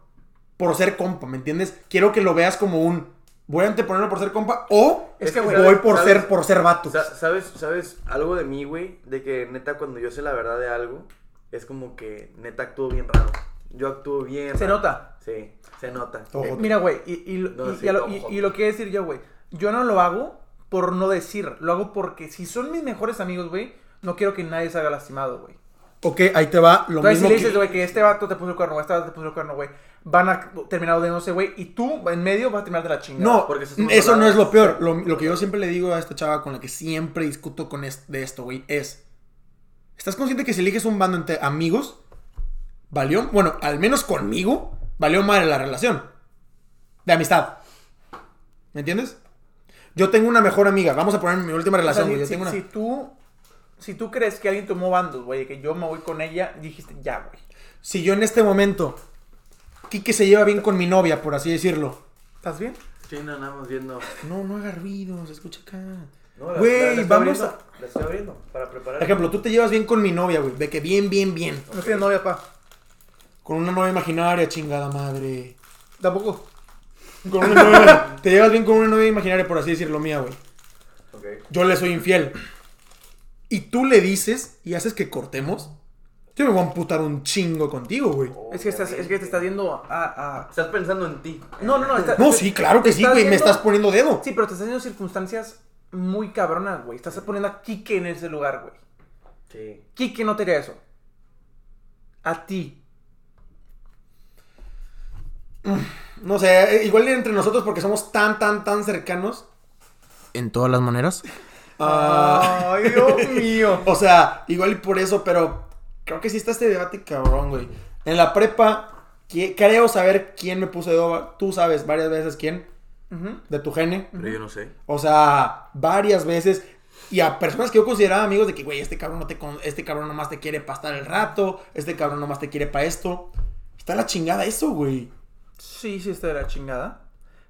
Speaker 2: por ser compa, ¿me entiendes? Quiero que lo veas como un, voy a anteponerlo por ser compa o
Speaker 3: Es que,
Speaker 2: voy
Speaker 3: güey,
Speaker 2: por
Speaker 1: ¿sabes?
Speaker 2: ser, por ser vato.
Speaker 1: Sa- ¿Sabes, ¿Sabes algo de mí, güey? De que neta, cuando yo sé la verdad de algo, es como que neta actúo bien raro. Yo actúo bien.
Speaker 3: Se
Speaker 1: raro.
Speaker 3: nota.
Speaker 1: Sí, se nota.
Speaker 2: Ojo.
Speaker 3: Eh, mira, güey, y, y,
Speaker 1: No,
Speaker 3: y-
Speaker 1: sí,
Speaker 3: y a lo-
Speaker 1: como
Speaker 3: y-
Speaker 1: joto.
Speaker 3: y lo que decir yo, güey. Yo no lo hago por no decir. Lo hago porque si son mis mejores amigos, güey, no quiero que nadie salga lastimado, güey.
Speaker 2: Ok, ahí te va lo
Speaker 3: Entonces, si
Speaker 2: mismo
Speaker 3: le dices,
Speaker 2: que...
Speaker 3: güey, que este vato te puso el cuerno, güey, este vato te puso el cuerno, güey, van a terminar de no sé, güey, y tú en medio vas a terminar de la chingada.
Speaker 2: No,
Speaker 1: porque eso es una
Speaker 2: eso no
Speaker 1: palabra.
Speaker 2: es lo peor. Lo, lo que yo siempre le digo a esta chava con la que siempre discuto con es- de esto, güey, es... ¿Estás consciente que si eliges un bando entre amigos, valió, bueno, al menos conmigo, valió madre la relación? De amistad. ¿Me entiendes? Yo tengo una mejor amiga, vamos a poner mi última
Speaker 3: O sea,
Speaker 2: relación,
Speaker 3: si,
Speaker 2: güey. yo
Speaker 3: si-
Speaker 2: tengo una...
Speaker 3: si tú, si tú crees que alguien tomó bandos, güey, que yo me voy con ella, dijiste, ya, güey.
Speaker 2: Si yo en este momento, Kike se lleva bien con mi novia, por así decirlo.
Speaker 3: ¿Estás bien?
Speaker 1: Sí, no, nada más viendo.
Speaker 2: No, no haga ruido, se escucha acá.
Speaker 1: No, la- la- la
Speaker 2: Güey,
Speaker 1: estoy
Speaker 2: vamos
Speaker 1: abriendo,
Speaker 2: a...
Speaker 1: La estoy abriendo para preparar.
Speaker 2: Por ejemplo, tú te llevas bien con mi novia, güey. De que bien, bien, bien.
Speaker 3: No tienes novia, pa.
Speaker 2: Con una novia imaginaria, chingada madre.
Speaker 3: Tampoco.
Speaker 2: Con una novia- *laughs* te llevas bien con una novia imaginaria, por así decirlo, mía, güey.
Speaker 1: Ok.
Speaker 2: Yo le soy infiel. Y tú le dices y haces que cortemos. Yo me voy a amputar un chingo contigo, güey.
Speaker 3: Es que, estás, es que te estás yendo a... a-
Speaker 1: Estás pensando en ti.
Speaker 3: No, no, no. está-
Speaker 2: No, sí, claro que sí,
Speaker 3: estás
Speaker 2: güey. Me
Speaker 3: yendo-
Speaker 2: estás poniendo dedo.
Speaker 3: Sí, pero te estás haciendo circunstancias muy cabronas, güey. Estás poniendo a Kike en ese lugar, güey.
Speaker 1: Sí.
Speaker 3: Kike no te haría eso. A ti.
Speaker 2: No sé, eh, igual entre nosotros porque somos tan, tan, tan cercanos.
Speaker 4: En todas las maneras.
Speaker 2: Ah,
Speaker 3: Ay, Dios mío.
Speaker 2: o sea, igual y por eso, pero creo que sí está este debate cabrón, güey. En la prepa, qui- creo saber quién me puso dedo. Tú sabes varias veces quién,
Speaker 3: *laughs* Ujú.
Speaker 2: de tu gene.
Speaker 5: Pero yo no sé.
Speaker 2: O sea, varias veces. Y a personas que yo consideraba amigos de que, güey, este cabrón no te con- este cabrón nomás te quiere pastar el rato, este cabrón nomás te quiere para esto. Está la chingada eso, güey.
Speaker 3: Sí, sí, está de la chingada.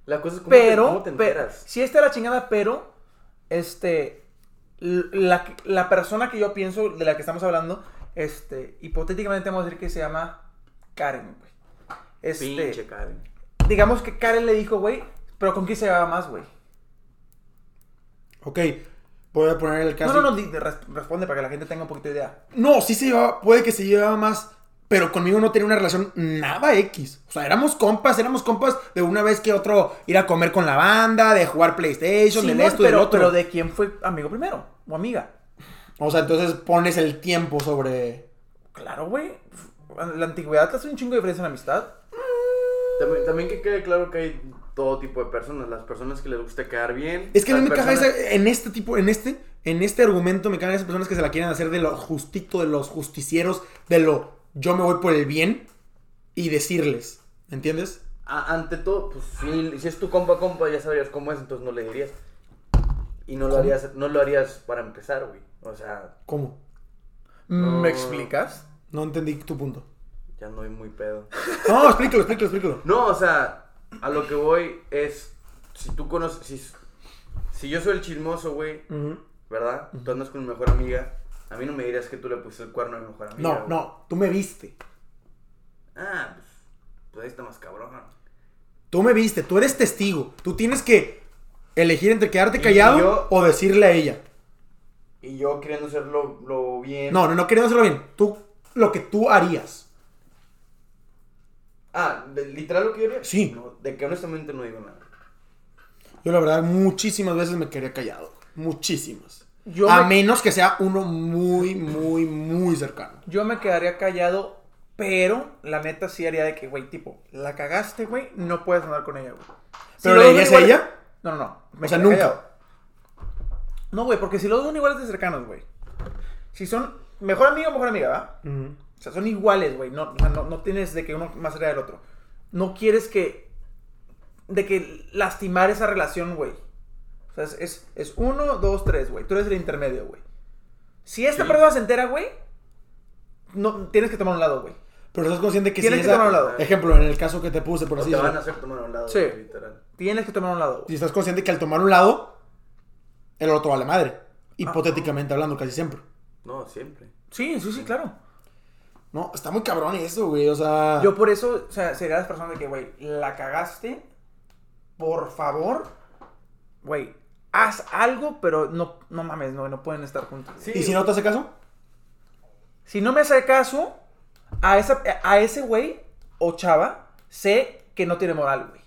Speaker 5: La cosa es cómo
Speaker 3: pero,
Speaker 5: te, cómo te
Speaker 3: pero
Speaker 5: enteras.
Speaker 3: sí está de la chingada, pero este l- la, que- la persona que yo pienso de la que estamos hablando, este, hipotéticamente vamos a decir que se llama Karen, güey. Este,
Speaker 5: Pinche Karen.
Speaker 3: digamos que Karen le dijo, güey, pero con quién se llevaba más, güey.
Speaker 2: Ok, voy a poner el
Speaker 3: No,
Speaker 2: caso.
Speaker 3: no, no, di- res- responde para que la gente tenga un poquito de idea.
Speaker 2: No, sí se llevaba, puede que se llevaba más, pero conmigo no tenía una relación nada X. O sea, éramos compas, éramos compas de una vez que otro ir a comer con la banda, de jugar PlayStation, del
Speaker 3: Simón,
Speaker 2: esto y del
Speaker 3: pero,
Speaker 2: otro.
Speaker 3: pero de quién fue amigo primero o amiga.
Speaker 2: O sea, entonces pones el tiempo sobre.
Speaker 3: Claro, güey. La antigüedad te hace un chingo de diferencia en la amistad.
Speaker 5: También, también que quede claro que hay todo tipo de personas. Las personas que les gusta quedar bien.
Speaker 2: Es que a mí
Speaker 5: las
Speaker 2: me caga
Speaker 5: personas-
Speaker 2: esa- en este tipo, en este, en este argumento me cagan esas personas que se la quieren hacer de lo justito, de los justicieros, de lo yo me voy por el bien y decirles, ¿me entiendes?
Speaker 5: A- ante todo, pues si, si es tu compa, compa, ya sabrías cómo es, entonces no le dirías. Y no lo harías, no lo harías para empezar, güey. O sea,
Speaker 2: ¿Cómo?
Speaker 3: ¿Me explicas?
Speaker 2: No entendí tu punto.
Speaker 5: ya no hay muy pedo.
Speaker 2: No, explícalo, explícalo, explícalo.
Speaker 5: No, o sea, a lo que voy es, si tú conoces, si, si yo soy el chismoso, güey,
Speaker 2: Ujú.
Speaker 5: ¿verdad? Tú andas con mi mejor amiga, a mí no me dirías que tú le pusiste el cuerno a mi mejor amiga.
Speaker 2: No,
Speaker 5: güey.
Speaker 2: no, tú me viste.
Speaker 5: Ah, pues, pues ahí está más cabrón.
Speaker 2: Tú me viste, tú eres testigo. Tú tienes que elegir entre quedarte
Speaker 5: Y
Speaker 2: callado
Speaker 5: yo-
Speaker 2: o decirle a ella.
Speaker 5: Y yo queriendo hacerlo lo bien.
Speaker 2: No, no, no queriendo hacerlo bien. Tú, lo que tú harías.
Speaker 5: Ah, de- literal lo que yo haría.
Speaker 2: Sí.
Speaker 5: No, de que honestamente no digo nada.
Speaker 2: Yo la verdad muchísimas veces me quedé callado. Muchísimas.
Speaker 3: Yo
Speaker 2: a
Speaker 3: me-
Speaker 2: menos que sea uno muy, muy, muy cercano.
Speaker 3: Yo me quedaría callado, pero la neta sí haría de que, güey, tipo, la cagaste, güey, no puedes andar con ella, güey. Si
Speaker 2: ¿Pero
Speaker 3: los
Speaker 2: le
Speaker 3: dos
Speaker 2: dirías
Speaker 3: son
Speaker 2: a
Speaker 3: iguales-
Speaker 2: ella?
Speaker 3: No, no, no. me
Speaker 2: O sea,
Speaker 3: quedaría
Speaker 2: nunca.
Speaker 3: No, güey, porque si los dos son iguales de cercanos, güey. Si son mejor amigo o mejor amiga, ¿va? O sea, son iguales, güey. No, o sea, no, no tienes de que uno más cerca del otro. No quieres que. de que lastimar esa relación, güey. O sea, es, es, es uno, dos, tres, güey. Tú eres el intermedio, güey. Si esta persona se entera, güey, no, tienes que tomar un lado, güey.
Speaker 2: Pero estás consciente que
Speaker 3: Tienes
Speaker 2: si
Speaker 3: que tomar un lado.
Speaker 2: Ejemplo, en el caso que te puse, por
Speaker 5: O
Speaker 2: así
Speaker 5: te van a
Speaker 2: decirlo.
Speaker 5: hacer tomar a un lado,
Speaker 3: Sí.
Speaker 5: güey, literal.
Speaker 3: Tienes que tomar un lado,
Speaker 2: Si
Speaker 3: güey.
Speaker 2: estás consciente que al tomar un lado, el otro vale madre.
Speaker 3: Ah,
Speaker 2: Hipotéticamente hablando, casi siempre.
Speaker 5: No, siempre.
Speaker 3: Sí, sí, sí, claro.
Speaker 2: No, está muy cabrón eso, güey. O sea.
Speaker 3: Yo por eso, o sea, sería las personas de que, güey, la cagaste. Por favor, güey, haz algo, pero no, no mames, no, no pueden estar juntos.
Speaker 5: Sí.
Speaker 2: ¿Y si no te hace caso?
Speaker 3: Si no me hace caso, a, esa, a ese güey o chava, sé que no tiene moral, güey.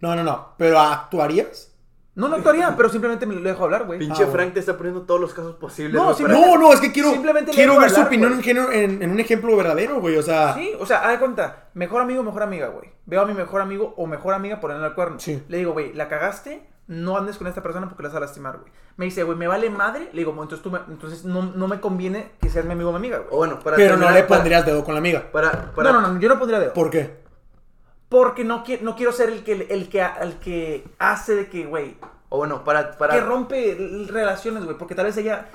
Speaker 2: No, no, no. ¿Pero actuarías?
Speaker 3: No,
Speaker 2: *laughs*
Speaker 3: no actuaría, pero simplemente me lo dejo hablar, güey.
Speaker 5: Pinche
Speaker 2: Ah,
Speaker 5: Frank te está poniendo todos los casos posibles.
Speaker 3: No,
Speaker 5: güey,
Speaker 3: sí,
Speaker 5: para-
Speaker 2: No, no, es que quiero,
Speaker 3: Simplemente le
Speaker 2: quiero
Speaker 3: dejo
Speaker 2: ver su
Speaker 3: hablar,
Speaker 2: opinión
Speaker 3: güey.
Speaker 2: en, género- en- en un ejemplo verdadero, güey. O sea,
Speaker 3: Sí, o sea, haz de cuenta, mejor amigo, mejor amiga, güey. Veo a mi mejor amigo o mejor amiga poniendo el cuerno.
Speaker 2: Sí.
Speaker 3: Le digo, güey, la cagaste, no andes con esta persona porque la vas a lastimar, güey. Me dice, güey, me vale madre. Le digo, "Bueno, entonces, tú me- entonces no, no me conviene que seas mi amigo o mi amiga,
Speaker 5: O
Speaker 3: güey.
Speaker 5: bueno, para
Speaker 2: pero no le
Speaker 5: terminar, para-
Speaker 2: pondrías dedo con la amiga.
Speaker 5: Para, para,
Speaker 3: No, no, no, yo no pondría dedo.
Speaker 2: ¿Por qué?
Speaker 3: Porque no, qui- no quiero ser el que, el que, el que hace de que, güey,
Speaker 5: O bueno, para, para.
Speaker 3: que rompe l- relaciones, güey. Porque tal vez ella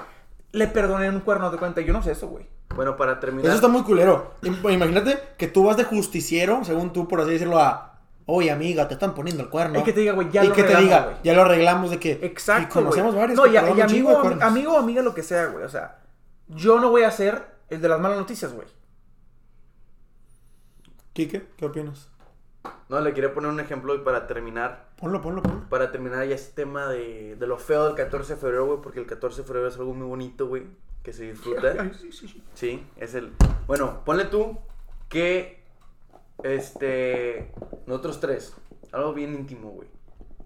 Speaker 3: le perdoné un cuerno de cuenta. Yo no sé eso, güey.
Speaker 5: Bueno, para terminar.
Speaker 2: Eso está muy culero. Im- Imagínate que tú vas de justiciero, según tú, por así decirlo, a. Oye, amiga, te están poniendo el cuerno.
Speaker 3: Y que te diga, güey, ya
Speaker 2: Y
Speaker 3: lo
Speaker 2: que te
Speaker 3: arreglamos,
Speaker 2: diga,
Speaker 3: güey.
Speaker 2: ya lo arreglamos de que.
Speaker 3: Exacto.
Speaker 2: Y conocemos
Speaker 3: güey.
Speaker 2: varios.
Speaker 3: No,
Speaker 2: que
Speaker 3: y, a-
Speaker 2: te dan
Speaker 3: y
Speaker 2: un chingo
Speaker 3: amigo,
Speaker 2: de
Speaker 3: ami-
Speaker 2: cuernos.
Speaker 3: amigo o amiga, lo que sea, güey. O sea, yo no voy a ser el de las malas noticias, güey.
Speaker 2: Quique, ¿qué opinas?
Speaker 1: No, le quería poner un ejemplo y para terminar.
Speaker 2: Ponlo, ponlo, ponlo.
Speaker 1: Para terminar ya ese tema de, de lo feo del 14 de febrero, güey, porque el 14 de febrero es algo muy bonito, güey, que se disfruta.
Speaker 3: *laughs*
Speaker 2: Ay, sí, sí, sí.
Speaker 1: Sí, es el... Bueno, ponle tú que, este, nosotros tres, algo bien íntimo, güey.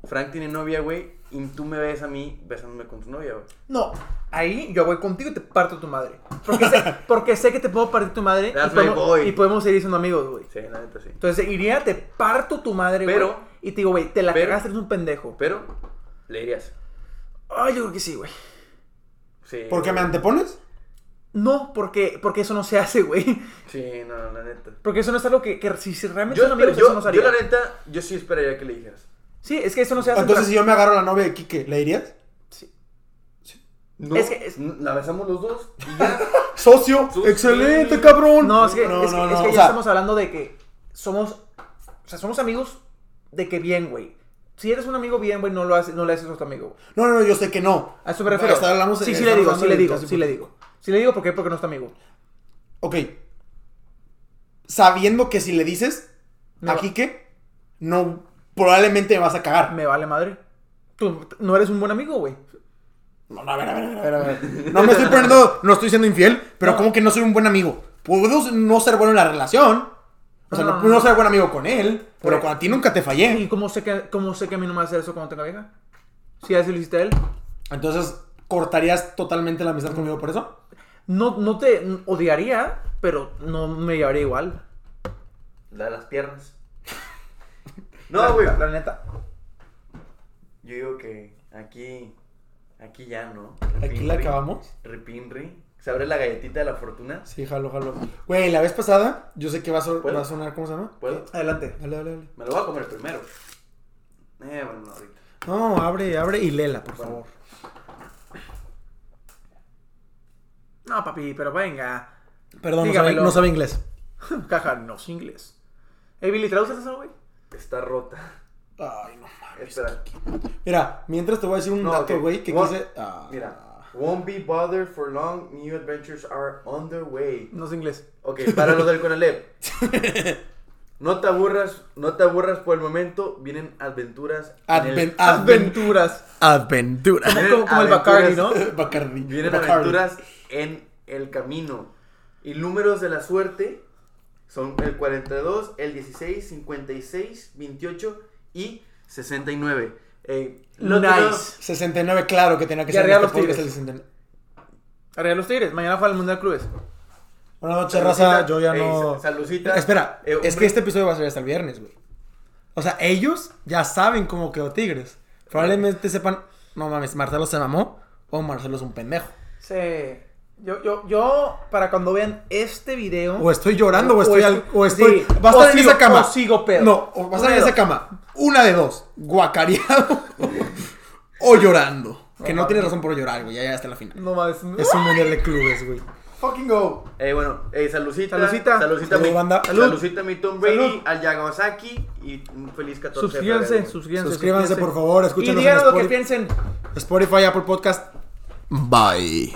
Speaker 1: Frank tiene novia, güey, y tú me ves a mí besándome con tu novia, güey.
Speaker 3: No, ahí yo voy contigo y te parto tu madre. Porque
Speaker 2: *laughs*
Speaker 3: sé, porque sé que te puedo partir tu madre
Speaker 1: That's my
Speaker 3: y podemos,
Speaker 1: boy.
Speaker 3: y podemos seguir siendo amigos, güey.
Speaker 1: Sí, la neta sí.
Speaker 3: Entonces iría, te parto tu madre, güey.
Speaker 1: Pero-
Speaker 3: Y te digo, güey, te la
Speaker 1: pero-
Speaker 3: cagaste, eres un pendejo.
Speaker 1: Pero, le dirías.
Speaker 3: Ay, yo creo que sí, güey.
Speaker 1: Sí.
Speaker 2: ¿Por qué me
Speaker 1: güey.
Speaker 2: antepones?
Speaker 3: No, porque, porque eso no se hace, güey.
Speaker 1: Sí, no, la neta.
Speaker 3: Porque eso no es algo que, que si, si realmente
Speaker 1: Yo,
Speaker 3: son amigos,
Speaker 1: yo-
Speaker 3: eso no se haría.
Speaker 1: yo, la neta, yo sí esperaría que le dijeras.
Speaker 3: Sí, es que eso no se hace.
Speaker 2: Entonces,
Speaker 3: pero-
Speaker 2: si yo me agarro la novia de Quique, ¿la irías?
Speaker 1: No,
Speaker 3: Es que- es-
Speaker 1: la besamos los dos y ya.
Speaker 3: *laughs*
Speaker 2: Socio,
Speaker 1: Sus-
Speaker 2: excelente, cabrón.
Speaker 3: No, es que, es que- es que
Speaker 2: o
Speaker 3: ya
Speaker 2: sea,
Speaker 3: estamos hablando de que somos. O sea, somos amigos de que bien, güey. Si eres un amigo bien, güey, no lo haces, no le haces a tu amigo. güey.
Speaker 2: No, no, no, yo sé que no.
Speaker 3: A eso me refiero.
Speaker 2: Hasta hablamos-
Speaker 3: sí, sí
Speaker 2: estamos
Speaker 3: le digo,
Speaker 2: hablando
Speaker 3: sí le
Speaker 2: del
Speaker 3: digo,
Speaker 2: caso
Speaker 3: sí le digo. Sí le digo porque porque no es tu amigo.
Speaker 2: Ok. Sabiendo que si le dices
Speaker 3: Me
Speaker 2: a
Speaker 3: va-
Speaker 2: Quique, no, probablemente me vas a cagar.
Speaker 3: Me vale madre. Tú no eres un buen amigo, güey.
Speaker 2: No, no, a ver, a ver, a ver, a ver. No me estoy poniendo, no estoy siendo infiel, pero
Speaker 3: No.
Speaker 2: como que no soy un buen amigo. Puedo no ser bueno en la relación. O sea,
Speaker 3: No,
Speaker 2: no,
Speaker 3: no,
Speaker 2: no
Speaker 3: no.
Speaker 2: ser buen amigo con él, pero
Speaker 3: Por-
Speaker 2: con a ti nunca te fallé.
Speaker 3: ¿Y cómo sé que, cómo sé que a mí no me va a hacer eso cuando tenga vieja? Si así lo hiciste a él.
Speaker 2: Entonces, ¿cortarías totalmente la amistad conmigo por eso?
Speaker 3: No, no te odiaría, pero no me llevaría igual.
Speaker 1: La de las
Speaker 2: *laughs*
Speaker 1: piernas.
Speaker 3: La-
Speaker 1: No, güey.
Speaker 3: La, la neta.
Speaker 1: Yo digo que aquí. Aquí ya, ¿no?
Speaker 2: ¿Aquí la acabamos?
Speaker 1: Ripinri. Se abre la galletita de la fortuna.
Speaker 2: Sí, jalo, jalo. Güey, la vez pasada, yo sé que va a, so-
Speaker 1: ¿Puedo?
Speaker 2: va a sonar, ¿cómo se llama?
Speaker 1: ¿Puedo?
Speaker 3: Adelante.
Speaker 2: Dale, dale, dale.
Speaker 1: Me lo voy a comer primero. Eh, bueno, no, ahorita.
Speaker 2: No, abre, abre y lela, por favor.
Speaker 3: No, papi, pero venga.
Speaker 2: Perdón, no sabe,
Speaker 3: Dígamelo.
Speaker 2: no sabe inglés.
Speaker 3: Caja, no es inglés. Ey, Billy, ¿traduces eso, güey?
Speaker 1: Está rota.
Speaker 2: Ay, no.
Speaker 1: Espera.
Speaker 2: Mira, mientras te voy a decir un
Speaker 1: No,
Speaker 2: dato,
Speaker 1: ok.
Speaker 2: güey, que
Speaker 1: Bueno,
Speaker 2: quise. Ah.
Speaker 1: Mira. Won't be bothered for long. New adventures are on their way.
Speaker 3: No es inglés.
Speaker 1: Ok, para los del
Speaker 2: *laughs*
Speaker 1: Conalep. No te aburras, no te aburras por el momento. Vienen aventuras. en el-
Speaker 2: Adven- adven-
Speaker 3: Aventuras.
Speaker 6: Aventura.
Speaker 3: Como, como- como el Bacardi, ¿no?
Speaker 2: Bacardi.
Speaker 1: Vienen
Speaker 2: Bacardi.
Speaker 1: aventuras en el camino. Y números de la suerte son el 42, el 16, 56, 28 y 69. Eh, no te-
Speaker 3: Nice.
Speaker 2: 69, claro que tenía que
Speaker 3: Y
Speaker 2: ser.
Speaker 3: arriba
Speaker 2: en este
Speaker 3: los
Speaker 2: podcast el
Speaker 3: Tigres.
Speaker 2: 69.
Speaker 3: Arriba los Tigres. Mañana fue al Mundial de Clubes.
Speaker 2: Buenas noches, raza.
Speaker 1: Salucita.
Speaker 2: Yo ya
Speaker 1: Ey,
Speaker 2: no.
Speaker 1: sa- salucita.
Speaker 2: Espera,
Speaker 1: Eh,
Speaker 2: es
Speaker 1: un-
Speaker 2: que este episodio va a ser hasta el viernes, güey. O sea, ellos ya saben cómo quedó Tigres. Probablemente sepan. No mames, Marcelo se mamó o Marcelo es un pendejo.
Speaker 3: Sí. Yo, yo, yo, para cuando vean este video.
Speaker 2: O estoy llorando o,
Speaker 3: O
Speaker 2: estoy.
Speaker 3: es-
Speaker 2: al- o estoy
Speaker 3: sí.
Speaker 2: Va a
Speaker 3: O
Speaker 2: estar en
Speaker 3: sigo-
Speaker 2: esa cama.
Speaker 3: o sigo pedo.
Speaker 2: No, o va a estar en
Speaker 3: Pedo.
Speaker 2: esa cama. Una de dos. Guacareado *laughs* o llorando. Que no,
Speaker 3: mames.
Speaker 2: tiene razón por llorar, güey. Ya, ya hasta la final.
Speaker 3: No mames.
Speaker 2: Es un mundial de clubes, güey.
Speaker 3: fucking go.
Speaker 1: Eh, bueno, eh, salucita.
Speaker 3: Salucita.
Speaker 1: Salucita,
Speaker 2: Salud,
Speaker 1: mi,
Speaker 2: banda.
Speaker 1: Salud.
Speaker 2: Salud.
Speaker 1: salucita a mi Tom Brady,
Speaker 3: Salud.
Speaker 1: al Yagosaki y un feliz 14 de
Speaker 3: Suscríbanse,
Speaker 1: febrero.
Speaker 3: suscríbanse.
Speaker 2: Suscríbanse, por favor,
Speaker 3: Y
Speaker 2: escúchenos en
Speaker 3: díganos lo que
Speaker 2: Spotify.
Speaker 3: piensen.
Speaker 2: Spotify, Apple Podcast,
Speaker 6: Bye.